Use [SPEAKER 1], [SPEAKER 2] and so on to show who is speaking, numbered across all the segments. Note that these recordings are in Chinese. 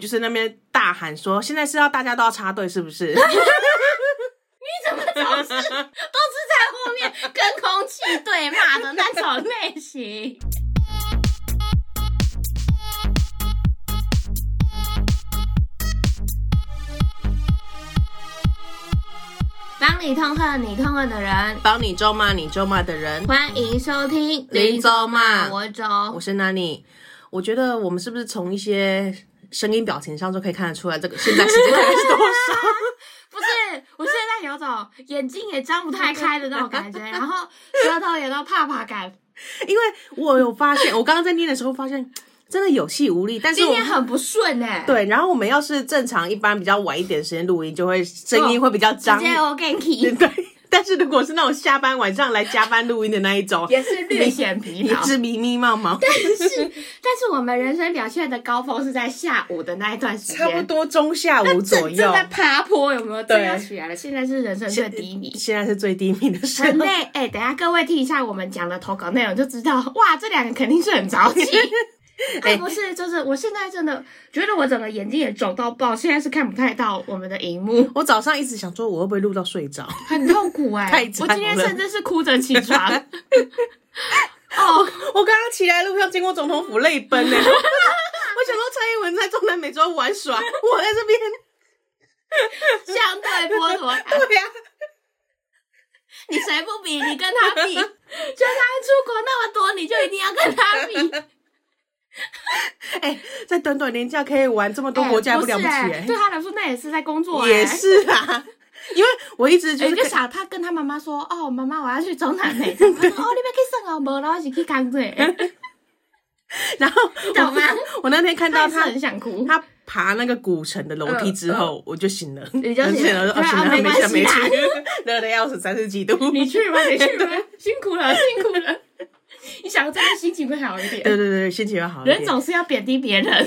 [SPEAKER 1] 就是那边大喊说：“现在是要大家都要插队，是不是？”
[SPEAKER 2] 怎么总是 都是在后面跟空气对骂的那种类型？帮你痛恨你痛恨的人，
[SPEAKER 1] 帮你咒骂你咒骂的人，
[SPEAKER 2] 欢迎收听
[SPEAKER 1] 林州骂
[SPEAKER 2] 我周，
[SPEAKER 1] 我是 Nani。我觉得我们是不是从一些声音表情上就可以看得出来，这个现在时间大概是多少？
[SPEAKER 2] 不是，我现在有种眼睛也张不太开的那种感觉，然后舌头也都怕怕感。
[SPEAKER 1] 因为我有发现，我刚刚在念的时候发现真的有气无力，但是
[SPEAKER 2] 今
[SPEAKER 1] 我
[SPEAKER 2] 天很不顺哎、
[SPEAKER 1] 对，然后我们要是正常一般比较晚一点时间录音，就会声音会比较张
[SPEAKER 2] 直，接 o g a n k
[SPEAKER 1] 对。但是如果是那种下班晚上来加班录音的那一种，
[SPEAKER 2] 也是略显疲
[SPEAKER 1] 也
[SPEAKER 2] 劳。
[SPEAKER 1] 是迷迷冒冒，
[SPEAKER 2] 但是我们人生表现的高峰是在下午的那一段时间，
[SPEAKER 1] 差不多中下午左
[SPEAKER 2] 正
[SPEAKER 1] 右
[SPEAKER 2] 正。在爬坡，有没有？
[SPEAKER 1] 对
[SPEAKER 2] 正要起来了，现在是人生最低迷。
[SPEAKER 1] 现在是最低迷的时
[SPEAKER 2] 很
[SPEAKER 1] 候
[SPEAKER 2] 累。， 哎、等一下各位听一下我们讲的投稿内容，就知道哇，这两个肯定是很着急。 哎、不是，就是我现在真的觉得我整个眼睛也肿到爆，现在是看不太到我们的荧幕，
[SPEAKER 1] 我早上一直想说，我会不会录到睡着？
[SPEAKER 2] 很痛苦哎、
[SPEAKER 1] 太
[SPEAKER 2] 我
[SPEAKER 1] 惨
[SPEAKER 2] 今天
[SPEAKER 1] 了
[SPEAKER 2] 甚至是哭着起 床。哦，
[SPEAKER 1] 我刚刚起来路上经过总统府泪奔 呢、我想说蔡英文在中南美洲玩耍，我在这 边，
[SPEAKER 2] 相对剥夺感。
[SPEAKER 1] 对呀、啊
[SPEAKER 2] 你谁不比？你跟他比，就他出国那么多，你就一定要跟他比。
[SPEAKER 1] 哎、在短短年假可以玩这么多国家，
[SPEAKER 2] 哎
[SPEAKER 1] 不了不起、
[SPEAKER 2] 是
[SPEAKER 1] 哎
[SPEAKER 2] 哎对他来说，那也是在工作、哎
[SPEAKER 1] 也。是啊，因为我一直
[SPEAKER 2] 哎
[SPEAKER 1] 就
[SPEAKER 2] 你
[SPEAKER 1] 是
[SPEAKER 2] 就
[SPEAKER 1] 跟、
[SPEAKER 2] 想他跟他妈妈说：“哦，妈妈，我要去中南美 洲。”他说：“哦，你别去上哦，无，然后是去哎 干脆。
[SPEAKER 1] 然后
[SPEAKER 2] 你懂吗
[SPEAKER 1] 我我那天”看
[SPEAKER 2] 他
[SPEAKER 1] 到
[SPEAKER 2] 也是
[SPEAKER 1] 他
[SPEAKER 2] 很想哭，
[SPEAKER 1] 他爬那个古城的楼梯之后，我就醒了，
[SPEAKER 2] 你就醒了
[SPEAKER 1] 醒了，
[SPEAKER 2] 对
[SPEAKER 1] 哦
[SPEAKER 2] 啊
[SPEAKER 1] 醒了，
[SPEAKER 2] 没
[SPEAKER 1] 没
[SPEAKER 2] 关
[SPEAKER 1] 事
[SPEAKER 2] 系
[SPEAKER 1] 没
[SPEAKER 2] 啦
[SPEAKER 1] 事， 热的要死，三十几度。
[SPEAKER 2] 你去吧，你去吧，辛苦了，辛苦了。 你想这样心情会好一点。
[SPEAKER 1] 对对对，心情会好一点
[SPEAKER 2] 人。总是要贬低别 人，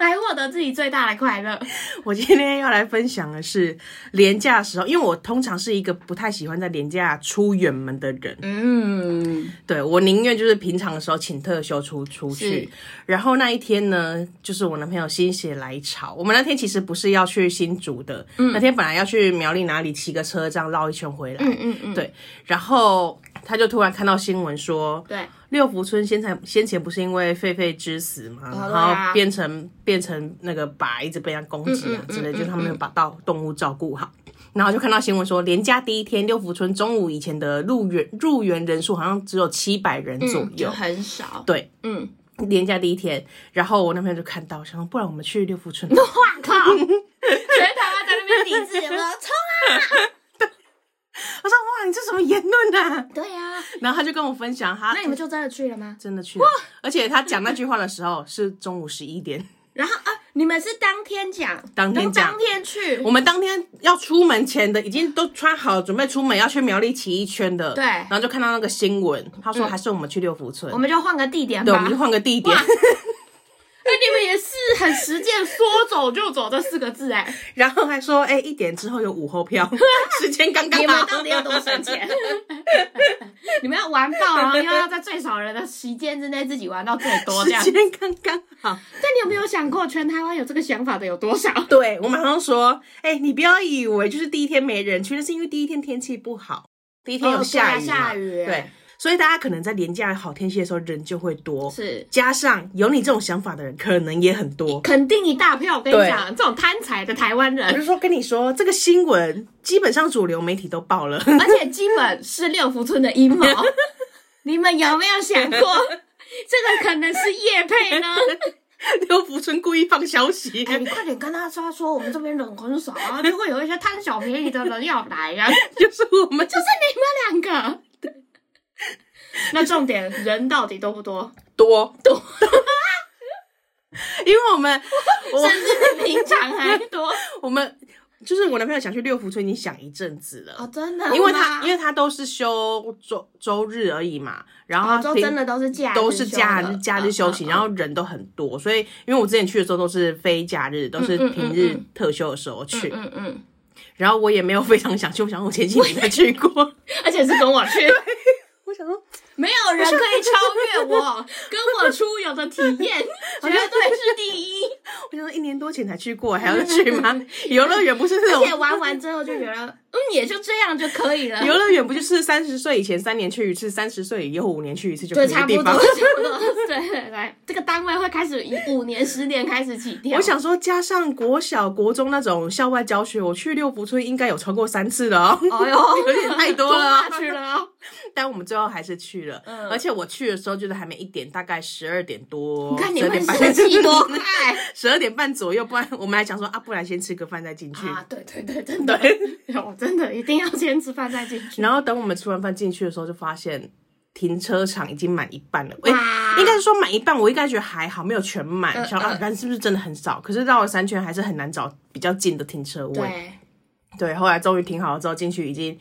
[SPEAKER 2] 来获得自己最大的快乐。
[SPEAKER 1] 我今天要来分享的是廉价时候，因为我通常是一个不太喜欢在廉价出远门的人，
[SPEAKER 2] 嗯，
[SPEAKER 1] 对我宁愿就是平常的时候请特休出出
[SPEAKER 2] 是
[SPEAKER 1] 去。然后那一天呢，就是我男朋友心血来潮，我们那天其实不是要去新竹的，那天本来要去苗栗哪里骑个车这样绕一圈回来，
[SPEAKER 2] 嗯嗯嗯嗯，
[SPEAKER 1] 对，然后他就突然看到新闻说，
[SPEAKER 2] 对，
[SPEAKER 1] 六福村先才先前不是因为狒狒之死嘛，
[SPEAKER 2] 哦对啊嗯
[SPEAKER 1] 然后变成变成那个把一直被人家攻击啊之类，就是他们没有把到动物照顾好。然后就看到新闻说，连假第一天，六福村中午以前的入园入园人数好像只有七百人左
[SPEAKER 2] 嗯就
[SPEAKER 1] 右。
[SPEAKER 2] 很少。
[SPEAKER 1] 对，
[SPEAKER 2] 嗯，
[SPEAKER 1] 连假第一天，然后我那朋友就看到，想说不然我们去六福村。
[SPEAKER 2] 哇靠！全台湾在那边抵制，有没有冲啊？
[SPEAKER 1] 我说哇，你这什么言论啊？
[SPEAKER 2] 对呀、啊，
[SPEAKER 1] 然后他就跟我分享他
[SPEAKER 2] 那你们就真的去了吗？
[SPEAKER 1] 真的去了，而且他讲那句话的时候是中午十一点。
[SPEAKER 2] 然后啊，你们是当天讲，
[SPEAKER 1] 当天讲
[SPEAKER 2] 当天去，
[SPEAKER 1] 我们当天要出门前的，已经都穿好准备出门，要去苗栗骑一圈的。
[SPEAKER 2] 对嗯
[SPEAKER 1] 然后就看到那个新闻，他说还是我们去六福村，
[SPEAKER 2] 我们就换个地点
[SPEAKER 1] 对，我
[SPEAKER 2] 吧
[SPEAKER 1] 们就。换个地点
[SPEAKER 2] 哇。那你们也是很实践，说走就走这四个字 哎、
[SPEAKER 1] 然后还说，哎、一点之后有午后 票，时间刚刚好。
[SPEAKER 2] 你们到底要多省 钱？ 你们要玩爆，然后又要在最少人的时间之内自己玩到最多 这样。
[SPEAKER 1] 时间刚刚好。
[SPEAKER 2] 但你有没有想过，全台湾有这个想法的有多少？
[SPEAKER 1] 对，我马上说，哎、你不要以为就是第一天没人去，那是因为第一天天气不好，第一天有
[SPEAKER 2] 哦对
[SPEAKER 1] 下
[SPEAKER 2] 啊
[SPEAKER 1] 雨嘛、
[SPEAKER 2] 下雨
[SPEAKER 1] 对，所以大家可能在连假好天气的时候人就会多，
[SPEAKER 2] 是
[SPEAKER 1] 加上有你这种想法的人可能也很多。
[SPEAKER 2] 肯定一大票。我跟你
[SPEAKER 1] 对
[SPEAKER 2] 讲，这种贪财的台湾人
[SPEAKER 1] 我，就说跟你说，这个新闻基本上主流媒体都报了。
[SPEAKER 2] 而且基本是六福村的阴 谋。你们有没有想 过，这个可能是叶配呢？
[SPEAKER 1] 刘福春故意放消息，
[SPEAKER 2] 哎、你快点跟他说说，我们这边人很少啊，就会有一些贪小便宜的人要来呀、
[SPEAKER 1] 就是我们就是
[SPEAKER 2] 就是 你们两个。 那重点，人到底多不多？
[SPEAKER 1] 多多，因为我们
[SPEAKER 2] 甚至比 平常还多
[SPEAKER 1] 我们就是我男朋友想去六福村，已经想一阵子了，
[SPEAKER 2] 哦，真的吗？
[SPEAKER 1] 因为他因
[SPEAKER 2] 为
[SPEAKER 1] 为他都是休周周日而已嘛，然后
[SPEAKER 2] 澳
[SPEAKER 1] 他
[SPEAKER 2] 洲
[SPEAKER 1] 平
[SPEAKER 2] 哦真的都是假日
[SPEAKER 1] 都是假
[SPEAKER 2] 休
[SPEAKER 1] 日
[SPEAKER 2] 的
[SPEAKER 1] 假日休息，
[SPEAKER 2] 嗯嗯嗯
[SPEAKER 1] 然后人都很多，所以因为我之前去的时候都是非假日，都是
[SPEAKER 2] 嗯嗯
[SPEAKER 1] 平
[SPEAKER 2] 嗯
[SPEAKER 1] 日
[SPEAKER 2] 嗯
[SPEAKER 1] 特休的时候去，
[SPEAKER 2] 嗯 嗯，
[SPEAKER 1] 然后我也没有非常想去，我想我前几年才去过。
[SPEAKER 2] 而且是跟我去，
[SPEAKER 1] 我想说，
[SPEAKER 2] 没有人可以超越我 跟我出游的体验，绝对是第一。
[SPEAKER 1] 我想说一年多前才去过，还要
[SPEAKER 2] 嗯
[SPEAKER 1] 去吗？ 游乐园不是那
[SPEAKER 2] 而且
[SPEAKER 1] 种。
[SPEAKER 2] 玩完之后就觉得，嗯，也就这样就可以了，
[SPEAKER 1] 游乐园不就是三十岁以前三年去一次，三十岁以后五年去一次就可
[SPEAKER 2] 对，
[SPEAKER 1] 以
[SPEAKER 2] 差
[SPEAKER 1] 的
[SPEAKER 2] 不
[SPEAKER 1] 地
[SPEAKER 2] 多，差
[SPEAKER 1] 方？
[SPEAKER 2] 不多， 对对对，这个单位会开始以五年、十年开始起跳。
[SPEAKER 1] 我想说，加上国小、国中那种校外教学，我去六福村应该有超过三次了、哦。
[SPEAKER 2] 哎呦，
[SPEAKER 1] 有点太多 了
[SPEAKER 2] 拖下去了哦。
[SPEAKER 1] 但我们最后还是去了，
[SPEAKER 2] 嗯
[SPEAKER 1] 而且我去的时候就是还没一点，大概十二点多，
[SPEAKER 2] 你看你
[SPEAKER 1] 12
[SPEAKER 2] 会
[SPEAKER 1] 点半
[SPEAKER 2] 生气多快
[SPEAKER 1] 十二点半左右，不然我们还想说啊，不然先吃个饭再进去。
[SPEAKER 2] 啊！对对对，真的，我真的一定要先吃饭再进 去。
[SPEAKER 1] 然后等我们吃完饭进去的时候，就发现停车场已经满一半了。诶
[SPEAKER 2] 哇
[SPEAKER 1] 哎应该是说满一半，我应该觉得还好，没有全满。
[SPEAKER 2] 嗯
[SPEAKER 1] 想、啊
[SPEAKER 2] 嗯，
[SPEAKER 1] 但是不是真的很少？可是绕了三圈还是很难找比较近的停车位。
[SPEAKER 2] 对，
[SPEAKER 1] 对，后来终于停好了之后进去，已经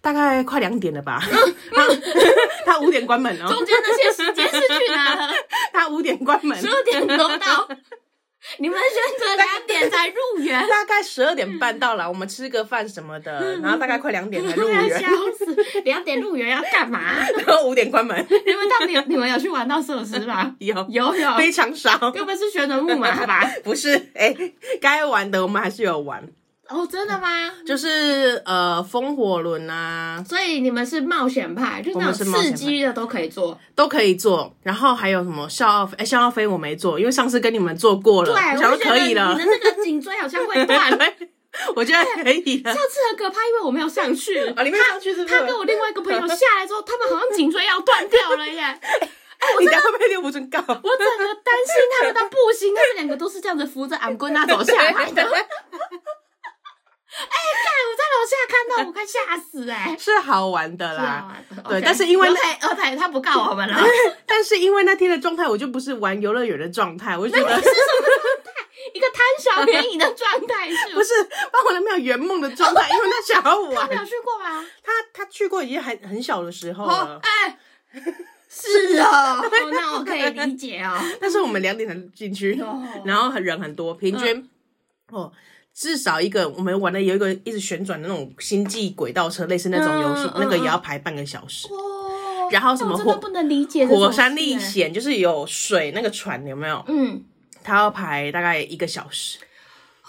[SPEAKER 1] 大概快两点了吧。他他五点关门哦，
[SPEAKER 2] 中间那些时间是去哪了？
[SPEAKER 1] 他五点关门
[SPEAKER 2] 十，二点钟 到，你们选择两点才入园，
[SPEAKER 1] 大概十二点半到了，我们吃个饭什么的，然后大概快两点才 入
[SPEAKER 2] 笑
[SPEAKER 1] 园，
[SPEAKER 2] 死！两点入园要干 嘛？
[SPEAKER 1] 然后五点关门，
[SPEAKER 2] 你们到底有你们有去玩到设施吗？
[SPEAKER 1] 有
[SPEAKER 2] 有有，
[SPEAKER 1] 非常少。
[SPEAKER 2] 根本是旋转木马吧？
[SPEAKER 1] 不是，哎、该玩的我们还是有玩，
[SPEAKER 2] 哦，真的吗？
[SPEAKER 1] 就是呃风火轮啊
[SPEAKER 2] 所以你们是冒险派，就
[SPEAKER 1] 我
[SPEAKER 2] 那
[SPEAKER 1] 们是
[SPEAKER 2] 种
[SPEAKER 1] 冒险
[SPEAKER 2] 刺
[SPEAKER 1] 派
[SPEAKER 2] 激的都可以做。
[SPEAKER 1] 都可以做，然后还有什么笑傲飞，哎笑傲飞我没做，因为上次跟你们做过了，
[SPEAKER 2] 对，
[SPEAKER 1] 我
[SPEAKER 2] 我
[SPEAKER 1] 想说
[SPEAKER 2] 就
[SPEAKER 1] 嗯
[SPEAKER 2] 觉
[SPEAKER 1] 可
[SPEAKER 2] 得
[SPEAKER 1] 以了
[SPEAKER 2] 你，的那个颈椎好像会断。上
[SPEAKER 1] 对， 我觉得可以 了。
[SPEAKER 2] 次很可怕，因为我没有上去。
[SPEAKER 1] 啊，你没有上去是不是？
[SPEAKER 2] 他跟我另外一个朋友下来之后，他们好像颈椎要断掉了耶！
[SPEAKER 1] 你等下会被六不准告。
[SPEAKER 2] 我整个担心他们到不行，他们两个都是这样子扶着俺棍那走下来 的。哎，看我在楼下看到，我快吓死哎！
[SPEAKER 1] 是好玩的
[SPEAKER 2] 是啊
[SPEAKER 1] 啦，对但是因为
[SPEAKER 2] 刘凯二台他不告我 们了，
[SPEAKER 1] 但是因为那天的状态，我就不是玩游乐园的状态，我就觉
[SPEAKER 2] 那
[SPEAKER 1] 得
[SPEAKER 2] 你是什么状态？一个贪小便宜的状态是
[SPEAKER 1] 不？是把我男朋友圆梦的状态，因为他想要
[SPEAKER 2] 他没有
[SPEAKER 1] 玩，
[SPEAKER 2] 去过吗？
[SPEAKER 1] 他他去过已经很很小的时候
[SPEAKER 2] 哦
[SPEAKER 1] 了，，
[SPEAKER 2] 哎，是哦，哦那我可以理解哦。
[SPEAKER 1] 但是我们两点才进去，
[SPEAKER 2] 哦 嗯
[SPEAKER 1] 然后很人很多，平均、哦。至少一个，我们玩的有一个一直旋转的那种星际轨道车，类似那种游戏，
[SPEAKER 2] 嗯嗯
[SPEAKER 1] 那个也要排半个小时。
[SPEAKER 2] 哦
[SPEAKER 1] 然后什么
[SPEAKER 2] 那我真的
[SPEAKER 1] 火
[SPEAKER 2] 不能理解这种
[SPEAKER 1] 火山历
[SPEAKER 2] 事欸。
[SPEAKER 1] 险就是有水那个船，有没有？
[SPEAKER 2] 嗯，
[SPEAKER 1] 它要排大概一个小时，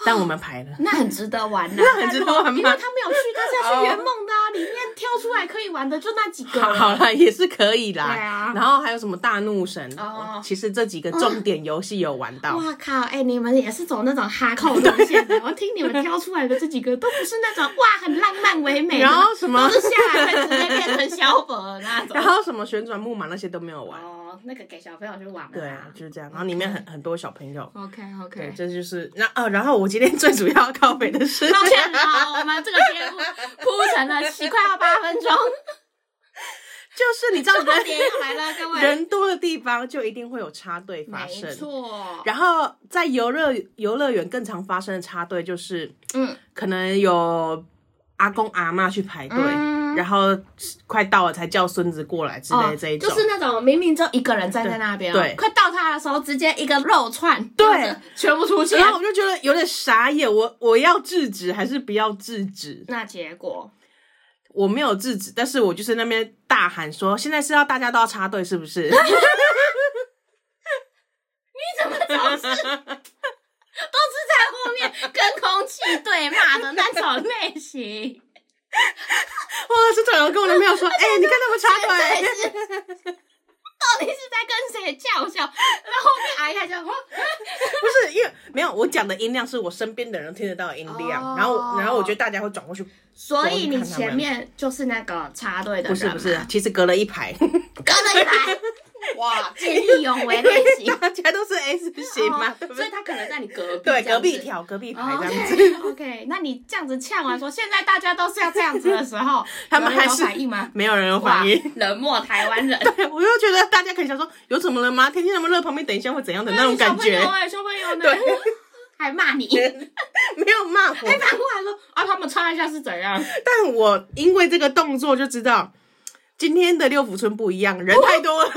[SPEAKER 1] 但我们排了。
[SPEAKER 2] 那很值得玩呐、啊
[SPEAKER 1] 那很值得玩吗
[SPEAKER 2] 因为他没有去，他是要去圆梦的、啊，里面挑出来可以玩的就那几 个。
[SPEAKER 1] 好好啦，也是可以啦。
[SPEAKER 2] 对啊
[SPEAKER 1] 然后还有什么大怒神？
[SPEAKER 2] 哦
[SPEAKER 1] 其实这几个重点游戏有玩到。
[SPEAKER 2] 哇靠！哎、你们也是走那种哈扣路线的。我听你们挑出来的这几个都不是那种哇很浪漫唯美的，
[SPEAKER 1] 然后什么
[SPEAKER 2] 都是下来会直接变成小本那
[SPEAKER 1] 然
[SPEAKER 2] 种。
[SPEAKER 1] 后什么旋转木马那些都没有玩。
[SPEAKER 2] 哦，那个给小朋友去玩的
[SPEAKER 1] 对
[SPEAKER 2] 啦
[SPEAKER 1] 啊，。就是这样。然后里面很很多小朋友。
[SPEAKER 2] OK
[SPEAKER 1] 对，
[SPEAKER 2] OK。
[SPEAKER 1] 这就是那呃，然后我今天最主要要告白的是，
[SPEAKER 2] 抱歉啊，我们这个节目铺陈了七快要八 分钟，
[SPEAKER 1] 就是你知道
[SPEAKER 2] 重
[SPEAKER 1] 人
[SPEAKER 2] 点要来了，各位。
[SPEAKER 1] 人多的地方就一定会有插队发
[SPEAKER 2] 没
[SPEAKER 1] 生。
[SPEAKER 2] 错，
[SPEAKER 1] 然后在游乐游乐园更常发生的插队就是，
[SPEAKER 2] 嗯，
[SPEAKER 1] 可能有阿公阿妈去排队，
[SPEAKER 2] 嗯
[SPEAKER 1] 然后快到了才叫孙子过来之类的这一种。
[SPEAKER 2] 哦就是那种明明就一个人站在那边、哦，
[SPEAKER 1] 对对
[SPEAKER 2] 快到他的时候，直接一个肉串，
[SPEAKER 1] 对
[SPEAKER 2] 就是全部出现
[SPEAKER 1] 然。后我就觉得有点傻眼，我我要制止还是不要制止？
[SPEAKER 2] 那结果，
[SPEAKER 1] 我没有制止，但是我就是那边大喊说，现在是要大家都要插队是不是？
[SPEAKER 2] 你怎么总是都是在后面跟空气对骂的那种类型？
[SPEAKER 1] 哇，是转头跟我男朋 友说，哎、你看他们插
[SPEAKER 2] 对
[SPEAKER 1] 队。
[SPEAKER 2] 是。到底是在跟谁叫嚣？然后后面阿姨还讲，哦
[SPEAKER 1] 不是因为没有我讲的音量是我身边的人听得到的音量，
[SPEAKER 2] 哦
[SPEAKER 1] 然后我然后我觉得大家会转过去，
[SPEAKER 2] 所以你前面就是那个插队的
[SPEAKER 1] 不
[SPEAKER 2] 人，
[SPEAKER 1] 是不是，，其实隔了一排，
[SPEAKER 2] 跟了一排，哇，见义勇为类型，
[SPEAKER 1] 大家都 是 S 型嘛，
[SPEAKER 2] 哦
[SPEAKER 1] 对不
[SPEAKER 2] 所
[SPEAKER 1] 对
[SPEAKER 2] 以？他可能在你隔壁，
[SPEAKER 1] 对，隔壁
[SPEAKER 2] 条。
[SPEAKER 1] 条隔壁排这样子，
[SPEAKER 2] OK OK，那你这样子呛完说，现在大家都是要这样子的时候，
[SPEAKER 1] 他们
[SPEAKER 2] 有人
[SPEAKER 1] 还
[SPEAKER 2] 有
[SPEAKER 1] 是
[SPEAKER 2] 反应吗？
[SPEAKER 1] 没有人有
[SPEAKER 2] 哇
[SPEAKER 1] 反应。，
[SPEAKER 2] 冷漠台湾人，
[SPEAKER 1] 对，我就觉得大家可以想说，有怎么了吗？天天那么热，旁边等一下会怎 样的那种感觉
[SPEAKER 2] 小朋友？哎，小朋友呢
[SPEAKER 1] 对？
[SPEAKER 2] 还骂你，
[SPEAKER 1] 没有骂我，
[SPEAKER 2] 还反过来说啊，他们穿一下是怎样？
[SPEAKER 1] 但我因为这个动作就知道，今天的六福村不一样，人太多了。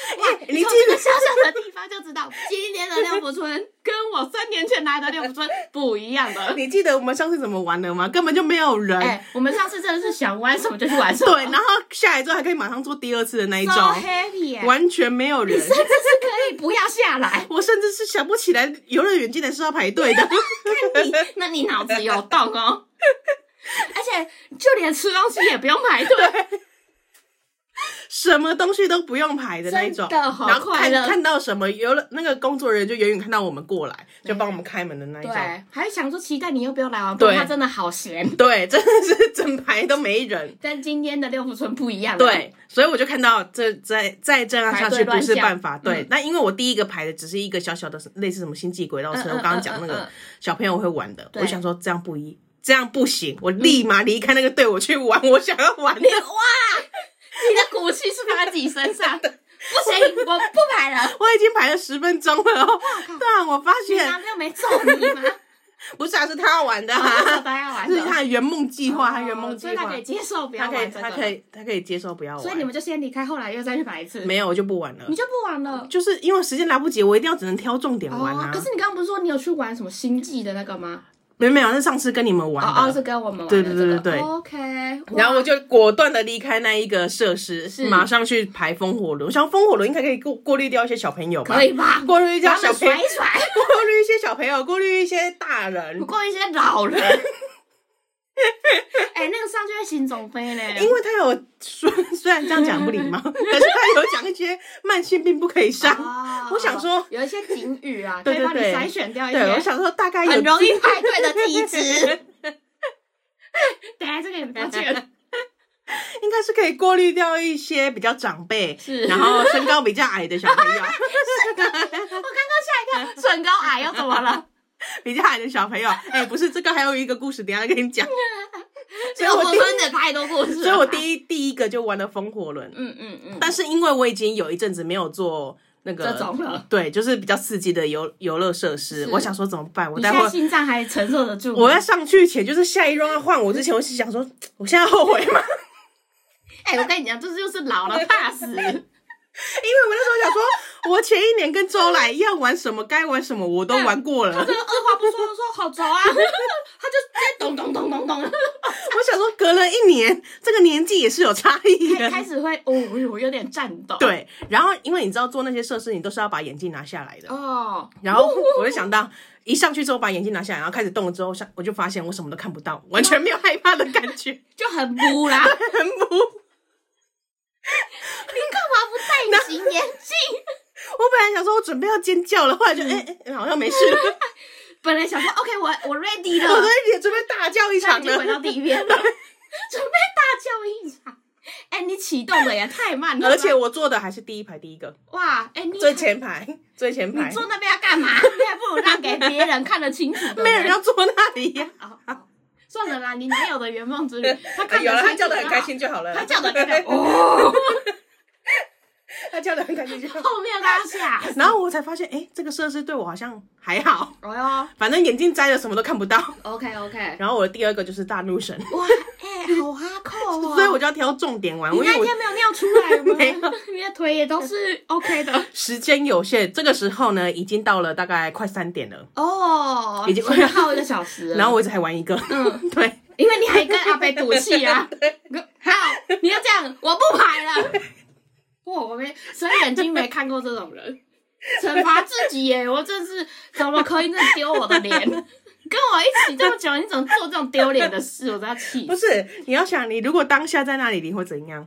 [SPEAKER 2] 看，
[SPEAKER 1] 你
[SPEAKER 2] 你从
[SPEAKER 1] 竟
[SPEAKER 2] 这个小小的地方就知道，今年的六福村 跟我三年前来的六福村不一样 的。
[SPEAKER 1] 你记得我们上次怎么玩的吗？根本就没有人。
[SPEAKER 2] 哎、我们上次真的是想玩什么就去玩什么，
[SPEAKER 1] 对，然后下来之后还可以马上做第二次的那一
[SPEAKER 2] so
[SPEAKER 1] 种，
[SPEAKER 2] happy，耶、
[SPEAKER 1] 完全没有人。
[SPEAKER 2] 甚至是可以不要下来。
[SPEAKER 1] 我甚至是想不起来游乐园竟然是要排队 的。
[SPEAKER 2] 看你，那你脑子有洞哦。 而且就连吃东西也不用排队，
[SPEAKER 1] 什么东西都不用排的那种，
[SPEAKER 2] 真的好
[SPEAKER 1] 然后
[SPEAKER 2] 快
[SPEAKER 1] 看
[SPEAKER 2] 乐
[SPEAKER 1] 看到什么，有了那个工作人员就远远看到我们过来，就帮我们开门的那一种。
[SPEAKER 2] 对，还想说期待你又不要来玩，不然
[SPEAKER 1] 对
[SPEAKER 2] 他真的好闲。
[SPEAKER 1] 对，真的是整排都没人。
[SPEAKER 2] 跟今天的六福村不一样，，
[SPEAKER 1] 对，所以我就看到这再再这样下
[SPEAKER 2] 排
[SPEAKER 1] 去
[SPEAKER 2] 队
[SPEAKER 1] 不
[SPEAKER 2] 乱
[SPEAKER 1] 是
[SPEAKER 2] 象嗯
[SPEAKER 1] 办法。对，那因为我第一个排的只是一个小小的类似什么星际轨道车，
[SPEAKER 2] 嗯嗯
[SPEAKER 1] 我刚刚讲那
[SPEAKER 2] 嗯嗯
[SPEAKER 1] 个
[SPEAKER 2] 嗯
[SPEAKER 1] 小朋友会玩的，
[SPEAKER 2] 对嗯
[SPEAKER 1] 我想说这样不一，这样不行，我立马离开那个队，我去玩我想要玩的
[SPEAKER 2] 你。哇，你的骨气是放在自己身 上，不行，我不排了。
[SPEAKER 1] 我已经排了十分钟了哦，但我发
[SPEAKER 2] 你
[SPEAKER 1] 现
[SPEAKER 2] 男朋友没揍你 吗？
[SPEAKER 1] 不是啊，是他玩的、啊
[SPEAKER 2] 啊，。大家玩
[SPEAKER 1] 这
[SPEAKER 2] 的哦
[SPEAKER 1] 是他的圆梦计划，他圆梦计
[SPEAKER 2] 所以他
[SPEAKER 1] 划
[SPEAKER 2] 可，以接受，不
[SPEAKER 1] 他
[SPEAKER 2] 要
[SPEAKER 1] 可以，
[SPEAKER 2] 玩这
[SPEAKER 1] 他可
[SPEAKER 2] 个。
[SPEAKER 1] 以，他可以接受不要玩。
[SPEAKER 2] 所以你们就先离开，后来又再去排一次，
[SPEAKER 1] 没有，我就不玩了
[SPEAKER 2] 你，就不玩了。
[SPEAKER 1] 就是因为时间来不及，我一定要只能挑重点玩
[SPEAKER 2] 哦
[SPEAKER 1] 啊。
[SPEAKER 2] 可是你刚刚不是说你有去玩什么星际的那个吗？
[SPEAKER 1] 没没有，那上次跟你们玩
[SPEAKER 2] 哦哦，
[SPEAKER 1] 的，
[SPEAKER 2] 是跟我们玩
[SPEAKER 1] 对
[SPEAKER 2] 的这
[SPEAKER 1] 对
[SPEAKER 2] 个。哦
[SPEAKER 1] 对对对
[SPEAKER 2] OK，
[SPEAKER 1] 然后我
[SPEAKER 2] 哇
[SPEAKER 1] 就果断的离开那一个设施，
[SPEAKER 2] 是
[SPEAKER 1] 马上去排风火轮。我想风火轮应该可以过过滤掉一些小朋友吧？
[SPEAKER 2] 可以吧？
[SPEAKER 1] 过滤掉
[SPEAKER 2] 然后
[SPEAKER 1] 小朋友
[SPEAKER 2] 甩，一甩，
[SPEAKER 1] 过滤一些小朋友，过滤一些大人
[SPEAKER 2] 不。过一些老 人。哎、那个上去会行总飞嘞，
[SPEAKER 1] 因为他有说，虽然这样讲不礼 貌，可是他有讲一些慢性病不可以上。
[SPEAKER 2] 哦
[SPEAKER 1] 我想说
[SPEAKER 2] 有一些警语 啊，
[SPEAKER 1] 对
[SPEAKER 2] 可以帮你
[SPEAKER 1] 对对
[SPEAKER 2] 筛选掉一
[SPEAKER 1] 对，我
[SPEAKER 2] 些
[SPEAKER 1] 想说大概有
[SPEAKER 2] 很容易排队的体质。等一下这个也不 要见，
[SPEAKER 1] 应该是可以过滤掉一些比较长辈，
[SPEAKER 2] 是
[SPEAKER 1] 然后身高比较矮的小朋友，
[SPEAKER 2] 我刚刚吓一跳，身高矮又怎么了？
[SPEAKER 1] 比较矮的小朋友，哎、不是这个还有一个故事，等一下再跟你讲。 所以
[SPEAKER 2] 这
[SPEAKER 1] 我
[SPEAKER 2] 个
[SPEAKER 1] 第
[SPEAKER 2] 我真的太多故事了吧，
[SPEAKER 1] 所以我第一第一个就玩了风火轮，
[SPEAKER 2] 啊嗯嗯嗯，
[SPEAKER 1] 但是因为我已经有一阵子没有做那个
[SPEAKER 2] 这种了，
[SPEAKER 1] 对，就是比较刺激的游游乐设施，
[SPEAKER 2] 是
[SPEAKER 1] 我想说怎么办？我
[SPEAKER 2] 你
[SPEAKER 1] 待
[SPEAKER 2] 现
[SPEAKER 1] 会
[SPEAKER 2] 在
[SPEAKER 1] 儿。
[SPEAKER 2] 心脏还承受得住吗？
[SPEAKER 1] 我在上去前，就是下一 round 要换我之前，我是想说，我现在后悔吗？
[SPEAKER 2] 哎、我跟你讲，这就是老了怕 死。
[SPEAKER 1] 因为我那时候想说，我前一年跟周来要玩什么，该玩什么我都
[SPEAKER 2] 嗯
[SPEAKER 1] 玩过了。
[SPEAKER 2] 这个二话不说就说好 走啊，他就直接咚咚咚咚咚，
[SPEAKER 1] 我想说，隔了一年，这个年纪也是有差异
[SPEAKER 2] 开开
[SPEAKER 1] 的。
[SPEAKER 2] 始会哦，我有点颤抖。，
[SPEAKER 1] 对，然后因为你知道做那些设施，你都是要把眼镜拿下来的。
[SPEAKER 2] 哦，
[SPEAKER 1] 然后我就想到，一上去之后把眼镜拿下来，然后开始动了之后，像我就发现我什么都看不到，完全没有害怕的感觉，
[SPEAKER 2] 就很不啦，你
[SPEAKER 1] 很不。
[SPEAKER 2] 干嘛不戴隐形眼镜？
[SPEAKER 1] 我本来想说我准备要尖叫了，后来
[SPEAKER 2] 嗯
[SPEAKER 1] 就哎、哎，好像没事 了，
[SPEAKER 2] 本来想说 OK，我我 ready
[SPEAKER 1] 我都
[SPEAKER 2] 了，
[SPEAKER 1] 也准备大叫一
[SPEAKER 2] 但
[SPEAKER 1] 场
[SPEAKER 2] 已经回到
[SPEAKER 1] 了。
[SPEAKER 2] 地 面了，准备大叫一场。哎、你启动的也太慢了吧，
[SPEAKER 1] 而且我坐的还是第一排第一个，
[SPEAKER 2] 哇，哎、你
[SPEAKER 1] 最前排，最前排
[SPEAKER 2] 你，坐那边要干嘛？你还不如让给别人看得清楚的，
[SPEAKER 1] 没有人要坐那里呀、
[SPEAKER 2] 哦。哦算了啦，你男友的圆梦之旅， 他看得
[SPEAKER 1] 哎啊有了，他
[SPEAKER 2] 清楚
[SPEAKER 1] 叫的很
[SPEAKER 2] 就好
[SPEAKER 1] 开心就好了。
[SPEAKER 2] 他叫的那个 哦，
[SPEAKER 1] 他叫的很开心就好。
[SPEAKER 2] 后面拉下，
[SPEAKER 1] 然后我才发现，哎、这个设施对我好像还好，
[SPEAKER 2] 哎
[SPEAKER 1] 反正眼镜摘了什么都看不到。
[SPEAKER 2] 呦，OK OK，
[SPEAKER 1] 然后我的第二个就是大怒神，
[SPEAKER 2] 哇，哎、好哈扣哦，
[SPEAKER 1] 所以我就要挑重点玩，
[SPEAKER 2] 你
[SPEAKER 1] 因
[SPEAKER 2] 那
[SPEAKER 1] 为
[SPEAKER 2] 一
[SPEAKER 1] 我
[SPEAKER 2] 天没有尿出来 吗？
[SPEAKER 1] 没有
[SPEAKER 2] 你的腿也都是 OK 的
[SPEAKER 1] 时间有限。这个时候呢，已经到了大概快三点了，
[SPEAKER 2] 哦，
[SPEAKER 1] 已经
[SPEAKER 2] 前面耗一个小时了，
[SPEAKER 1] 然后我一直还玩一个，嗯， 对。
[SPEAKER 2] 因为你还跟阿北赌气啊， 好，你要这样，我不排了，哇，我没，所以眼睛没看过这种人，惩罚自己耶，我真是怎么可以这么丢我的 脸？跟我一起这么久，你怎么做这种丢脸的事？我都要气死
[SPEAKER 1] 不是，你要想，你如果当下在那里，你会怎样？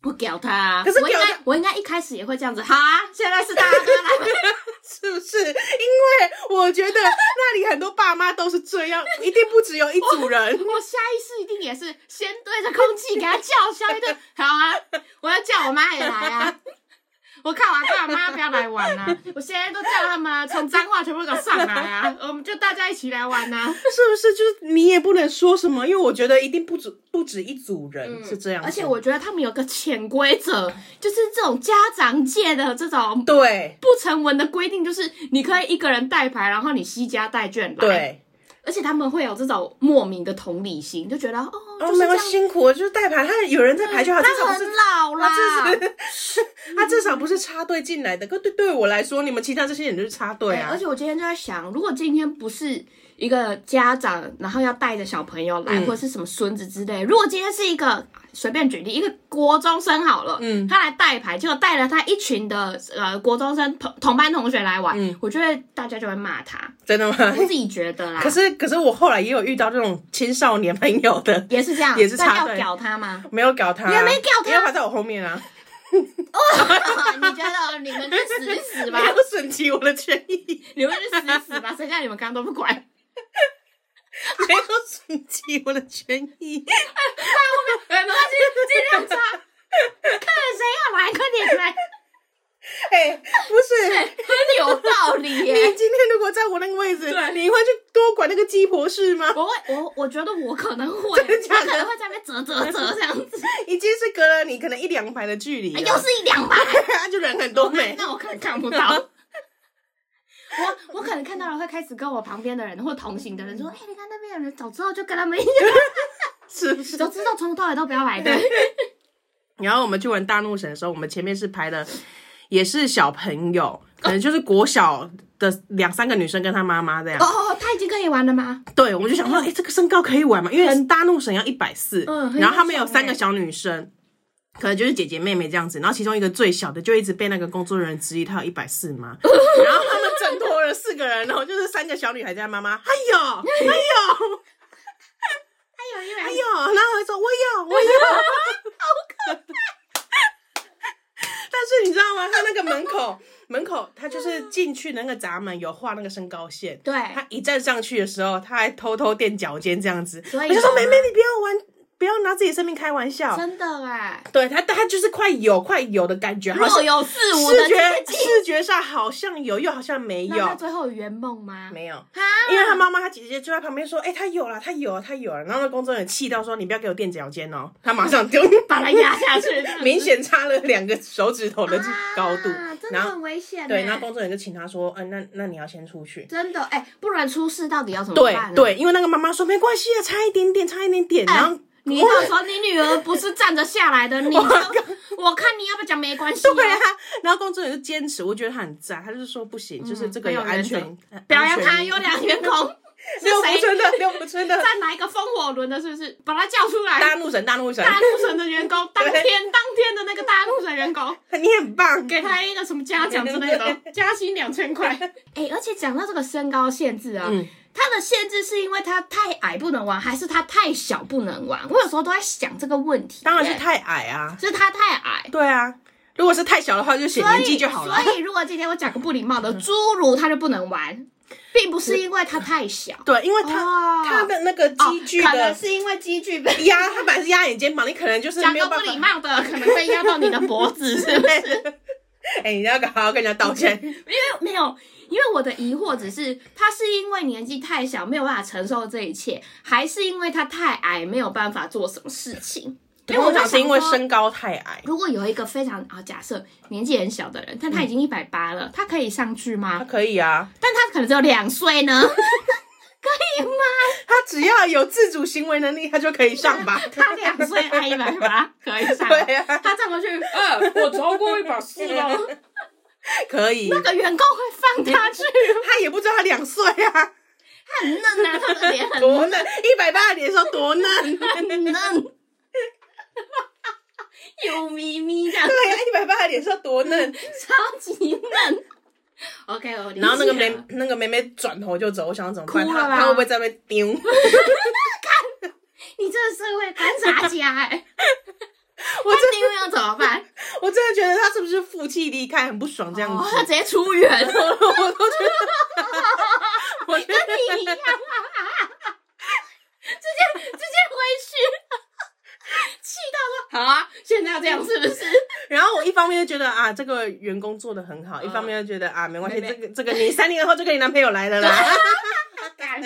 [SPEAKER 2] 不屌他、啊，
[SPEAKER 1] 可是屌
[SPEAKER 2] 我应
[SPEAKER 1] 他
[SPEAKER 2] 该我应该一开始也会这样子。好啊，现在是大家都要来，
[SPEAKER 1] 是不是？因为我觉得那里很多爸妈都是这样，一定不只有一组 人。
[SPEAKER 2] 我下意识一定也是先对着空气给他叫嚣一顿。好啊，我要叫我妈也来啊。我看我阿公阿妈不要来玩啊！我现在都叫他们啊从脏话全部给我上来啊！我们就大家一起来玩啊！
[SPEAKER 1] 是不是？就是你也不能说什么，因为我觉得一定不止不止一组人、是这样子。
[SPEAKER 2] 嗯而且我觉得他们有个潜规则，就是这种家长界的这种
[SPEAKER 1] 对
[SPEAKER 2] 不成文的规定，就是你可以一个人带牌，然后你惜家带眷来。
[SPEAKER 1] 对，
[SPEAKER 2] 而且他们会有这种莫名的同理心，就觉得哦，
[SPEAKER 1] 哦，
[SPEAKER 2] 就是
[SPEAKER 1] 没
[SPEAKER 2] 这
[SPEAKER 1] 有
[SPEAKER 2] 样，
[SPEAKER 1] 辛苦了，就是代排，他有人在排就好，至
[SPEAKER 2] 他
[SPEAKER 1] 少不
[SPEAKER 2] 很
[SPEAKER 1] 是
[SPEAKER 2] 老啦，
[SPEAKER 1] 他至少不是插队进来的。可对对我来说，你们其他这些人就是插队
[SPEAKER 2] 对
[SPEAKER 1] 啊
[SPEAKER 2] 哎而。且我今天就在想，如果今天不是一个家长，然后要带着小朋友
[SPEAKER 1] 嗯
[SPEAKER 2] 来，或者是什么孙子之类，如果今天是一个随便举例，一个国中生好了，嗯，他来带牌，结果带了他一群的呃国中生同同班同学来玩，
[SPEAKER 1] 嗯
[SPEAKER 2] 我觉得大家就会骂他，
[SPEAKER 1] 真的吗？
[SPEAKER 2] 我自己觉得啦，
[SPEAKER 1] 哎可是可是我后来也有遇到这种青少年朋友的，
[SPEAKER 2] 也是这样，
[SPEAKER 1] 也是
[SPEAKER 2] 那
[SPEAKER 1] 插
[SPEAKER 2] 要
[SPEAKER 1] 队
[SPEAKER 2] 屌他 吗？
[SPEAKER 1] 没有搞他，
[SPEAKER 2] 也没搞他
[SPEAKER 1] 因为他在我后面啊，
[SPEAKER 2] 哦你觉得哦你们去死去死吧
[SPEAKER 1] 没，有损及我的权益，
[SPEAKER 2] 你们去死去死吧，谁叫你们刚刚都不管。
[SPEAKER 1] 哎没有损及我的权 益。
[SPEAKER 2] 哎，没关系，尽量插。 看谁要来，快点来，
[SPEAKER 1] 哎、不是，
[SPEAKER 2] 很有道理
[SPEAKER 1] 你
[SPEAKER 2] 耶。
[SPEAKER 1] 今天如果在我那个位置，
[SPEAKER 2] 对啊
[SPEAKER 1] 你会去多管那个鸡婆事吗？
[SPEAKER 2] 我会，我我觉得我可能会，我可
[SPEAKER 1] 真的假的
[SPEAKER 2] 能会在那边折折折这样 子，
[SPEAKER 1] 已经是隔了你可能一两排的距离
[SPEAKER 2] 哎
[SPEAKER 1] 了，
[SPEAKER 2] 又是一两 百，
[SPEAKER 1] 他就人很多没。
[SPEAKER 2] 那我可能看不到。 我我可能看到了，会开始跟我旁边的人或同行的人
[SPEAKER 1] 嗯
[SPEAKER 2] 说：“哎、你看那边有人，早知道就跟他们一样，
[SPEAKER 1] 是不是？
[SPEAKER 2] 早知道从头到尾都不要来的。
[SPEAKER 1] 然后我们去玩大怒神的时候，我们前面是排的也是小朋友，可能就是国小的两三个女生跟她妈妈这”样。
[SPEAKER 2] 哦，他已经可以玩了吗？
[SPEAKER 1] 对，我就想说，哎、这个身高可以玩吗？因为大怒神要一百四
[SPEAKER 2] 嗯，很
[SPEAKER 1] 然后他们
[SPEAKER 2] 小
[SPEAKER 1] 有三个小女生。可能就是姐姐妹妹这样子，然后其中一个最小的就一直被那个工作人员质疑，她有一百四吗？ 然后他们挣脱了四个人，然后就是三个小女孩加妈妈，哎呦，哎呦，
[SPEAKER 2] 他有一百
[SPEAKER 1] 哎，呦，然后还说我有，我有， 好可怕。但是你知道吗？他那个门口，门口他就是进去那个闸门有画那个身高线，
[SPEAKER 2] 对
[SPEAKER 1] 他一站上去的时候，他还偷偷垫脚尖这样子，
[SPEAKER 2] 所
[SPEAKER 1] 我
[SPEAKER 2] 以
[SPEAKER 1] 就说
[SPEAKER 2] 呢
[SPEAKER 1] 妹妹你不要玩，不要拿自己生命开玩笑。
[SPEAKER 2] 真的哎，
[SPEAKER 1] 对他，他就是快有快有的感觉，好
[SPEAKER 2] 若
[SPEAKER 1] 像
[SPEAKER 2] 有似无的
[SPEAKER 1] 视
[SPEAKER 2] 接
[SPEAKER 1] 觉
[SPEAKER 2] 近，
[SPEAKER 1] 视觉上好像有，又好像没
[SPEAKER 2] 那他
[SPEAKER 1] 有，
[SPEAKER 2] 最后有圆梦吗？
[SPEAKER 1] 没有。
[SPEAKER 2] 啊，
[SPEAKER 1] 因为他妈妈、他姐姐就在旁边说：“哎、他有了，他有了，他有了。”然后那工作人员气到说：“你不要给我垫脚尖哦！”他马上 就
[SPEAKER 2] 把它压下去，
[SPEAKER 1] 明显差了两个手指头的高度。
[SPEAKER 2] 啊、真的
[SPEAKER 1] 然后
[SPEAKER 2] 很危险欸。
[SPEAKER 1] 对，然后工作人员就请他说：“嗯、那那你要先出去。
[SPEAKER 2] 真的哎、不然出事到底要怎么
[SPEAKER 1] 对
[SPEAKER 2] 办、啊？哎
[SPEAKER 1] 对，因为那个妈妈说：“没关系啊，差一点点，差一点点。然后
[SPEAKER 2] 你到时候你女儿不是站着下来的，你就我看你要不要讲没关系、哦
[SPEAKER 1] 对啊，然后工作人员就坚持，我觉得他很赞，他就说不行，就是
[SPEAKER 2] 嗯
[SPEAKER 1] 这个有安全，呃安
[SPEAKER 2] 表扬他
[SPEAKER 1] 全
[SPEAKER 2] 优良 员工，是
[SPEAKER 1] 六福
[SPEAKER 2] 谁
[SPEAKER 1] 村的六福村 的
[SPEAKER 2] 站哪一个风火轮的？是不是把他叫出来？
[SPEAKER 1] 大怒神，大怒 神，
[SPEAKER 2] 大怒神的员工，当
[SPEAKER 1] 对
[SPEAKER 2] 天当天的那个大怒神员工，
[SPEAKER 1] 你很棒，
[SPEAKER 2] 给他一个什么嘉奖之类 的，加薪两千块。哎、而且讲到这个身高限制啊，
[SPEAKER 1] 嗯
[SPEAKER 2] 它的限制是因为它太矮不能玩，还是它太小不能玩？我有时候都在想这个问题、
[SPEAKER 1] 当然是
[SPEAKER 2] 哎
[SPEAKER 1] 太矮啊。”
[SPEAKER 2] 是它太矮。
[SPEAKER 1] 对啊，如果是太小的话，就写
[SPEAKER 2] 所
[SPEAKER 1] 年
[SPEAKER 2] 以，
[SPEAKER 1] 纪就好了。
[SPEAKER 2] 所以如果今天我讲个不礼貌的，侏儒他就不能玩，并不是因为他太小，
[SPEAKER 1] 对，因为他、
[SPEAKER 2] 哦
[SPEAKER 1] 他的那个机具
[SPEAKER 2] 哦可能
[SPEAKER 1] 的
[SPEAKER 2] 是因为机具 被
[SPEAKER 1] 压，他本来是压你肩膀，你可能就是
[SPEAKER 2] 讲
[SPEAKER 1] 没
[SPEAKER 2] 个
[SPEAKER 1] 有
[SPEAKER 2] 不
[SPEAKER 1] 办
[SPEAKER 2] 礼
[SPEAKER 1] 法。
[SPEAKER 2] 貌的，可能会压到你的脖子，是不是？
[SPEAKER 1] 哎、你要好好跟人家道 歉。
[SPEAKER 2] 没有，因为我的疑惑只是，他是因为年纪太小没有办法承受这一切，还是因为他太矮没有办法做什么事情？因为我
[SPEAKER 1] 通
[SPEAKER 2] 就
[SPEAKER 1] 常
[SPEAKER 2] 想
[SPEAKER 1] 是因为
[SPEAKER 2] 说
[SPEAKER 1] 身高太矮，
[SPEAKER 2] 如果有一个非常啊，假设年纪很小的人，但他已经一百八了，他可以上去
[SPEAKER 1] 他
[SPEAKER 2] 吗？
[SPEAKER 1] 可以嗯啊，
[SPEAKER 2] 但他可能只有两岁呢， 可以吗？
[SPEAKER 1] 他只要有自主行为能力，他就可以上 吧。
[SPEAKER 2] 他两岁还一百八，可以上吗。
[SPEAKER 1] 对啊，
[SPEAKER 2] 他站 过去，嗯，我超过一百四了。
[SPEAKER 1] 可以。
[SPEAKER 2] 那个员工会放他去，
[SPEAKER 1] 他也不知道他两岁啊，
[SPEAKER 2] 他 很嫩啊，他的脸很
[SPEAKER 1] 多嫩，一百八的脸说多嫩，
[SPEAKER 2] 很嫩，有咪咪这样，
[SPEAKER 1] 对呀、啊一百八的脸说多 嫩。
[SPEAKER 2] 超级嫩。OK，我理解
[SPEAKER 1] 然后那个妹
[SPEAKER 2] 了
[SPEAKER 1] 那个妹妹转头就走，我想怎么办？
[SPEAKER 2] 啊哭了
[SPEAKER 1] 她
[SPEAKER 2] 吧
[SPEAKER 1] 她会不会在那边丢？
[SPEAKER 2] 你这个社会观察家哎、欸，
[SPEAKER 1] 我真
[SPEAKER 2] 那丢要怎么办？
[SPEAKER 1] 我真的觉得他是不是负气离开，很不爽这样
[SPEAKER 2] 哦，
[SPEAKER 1] 子。
[SPEAKER 2] 他直接出院，跟
[SPEAKER 1] 我都觉得，我 觉得
[SPEAKER 2] 你一样、啊，直接直接回去，气到说好啊，现在要这样是不是？
[SPEAKER 1] 然后我一方面就觉得啊，这个员工做的很
[SPEAKER 2] 嗯
[SPEAKER 1] 好，一方面就觉得啊，没关系，
[SPEAKER 2] 没
[SPEAKER 1] 这个这个你三年后 就跟你男朋友来了啦。
[SPEAKER 2] 干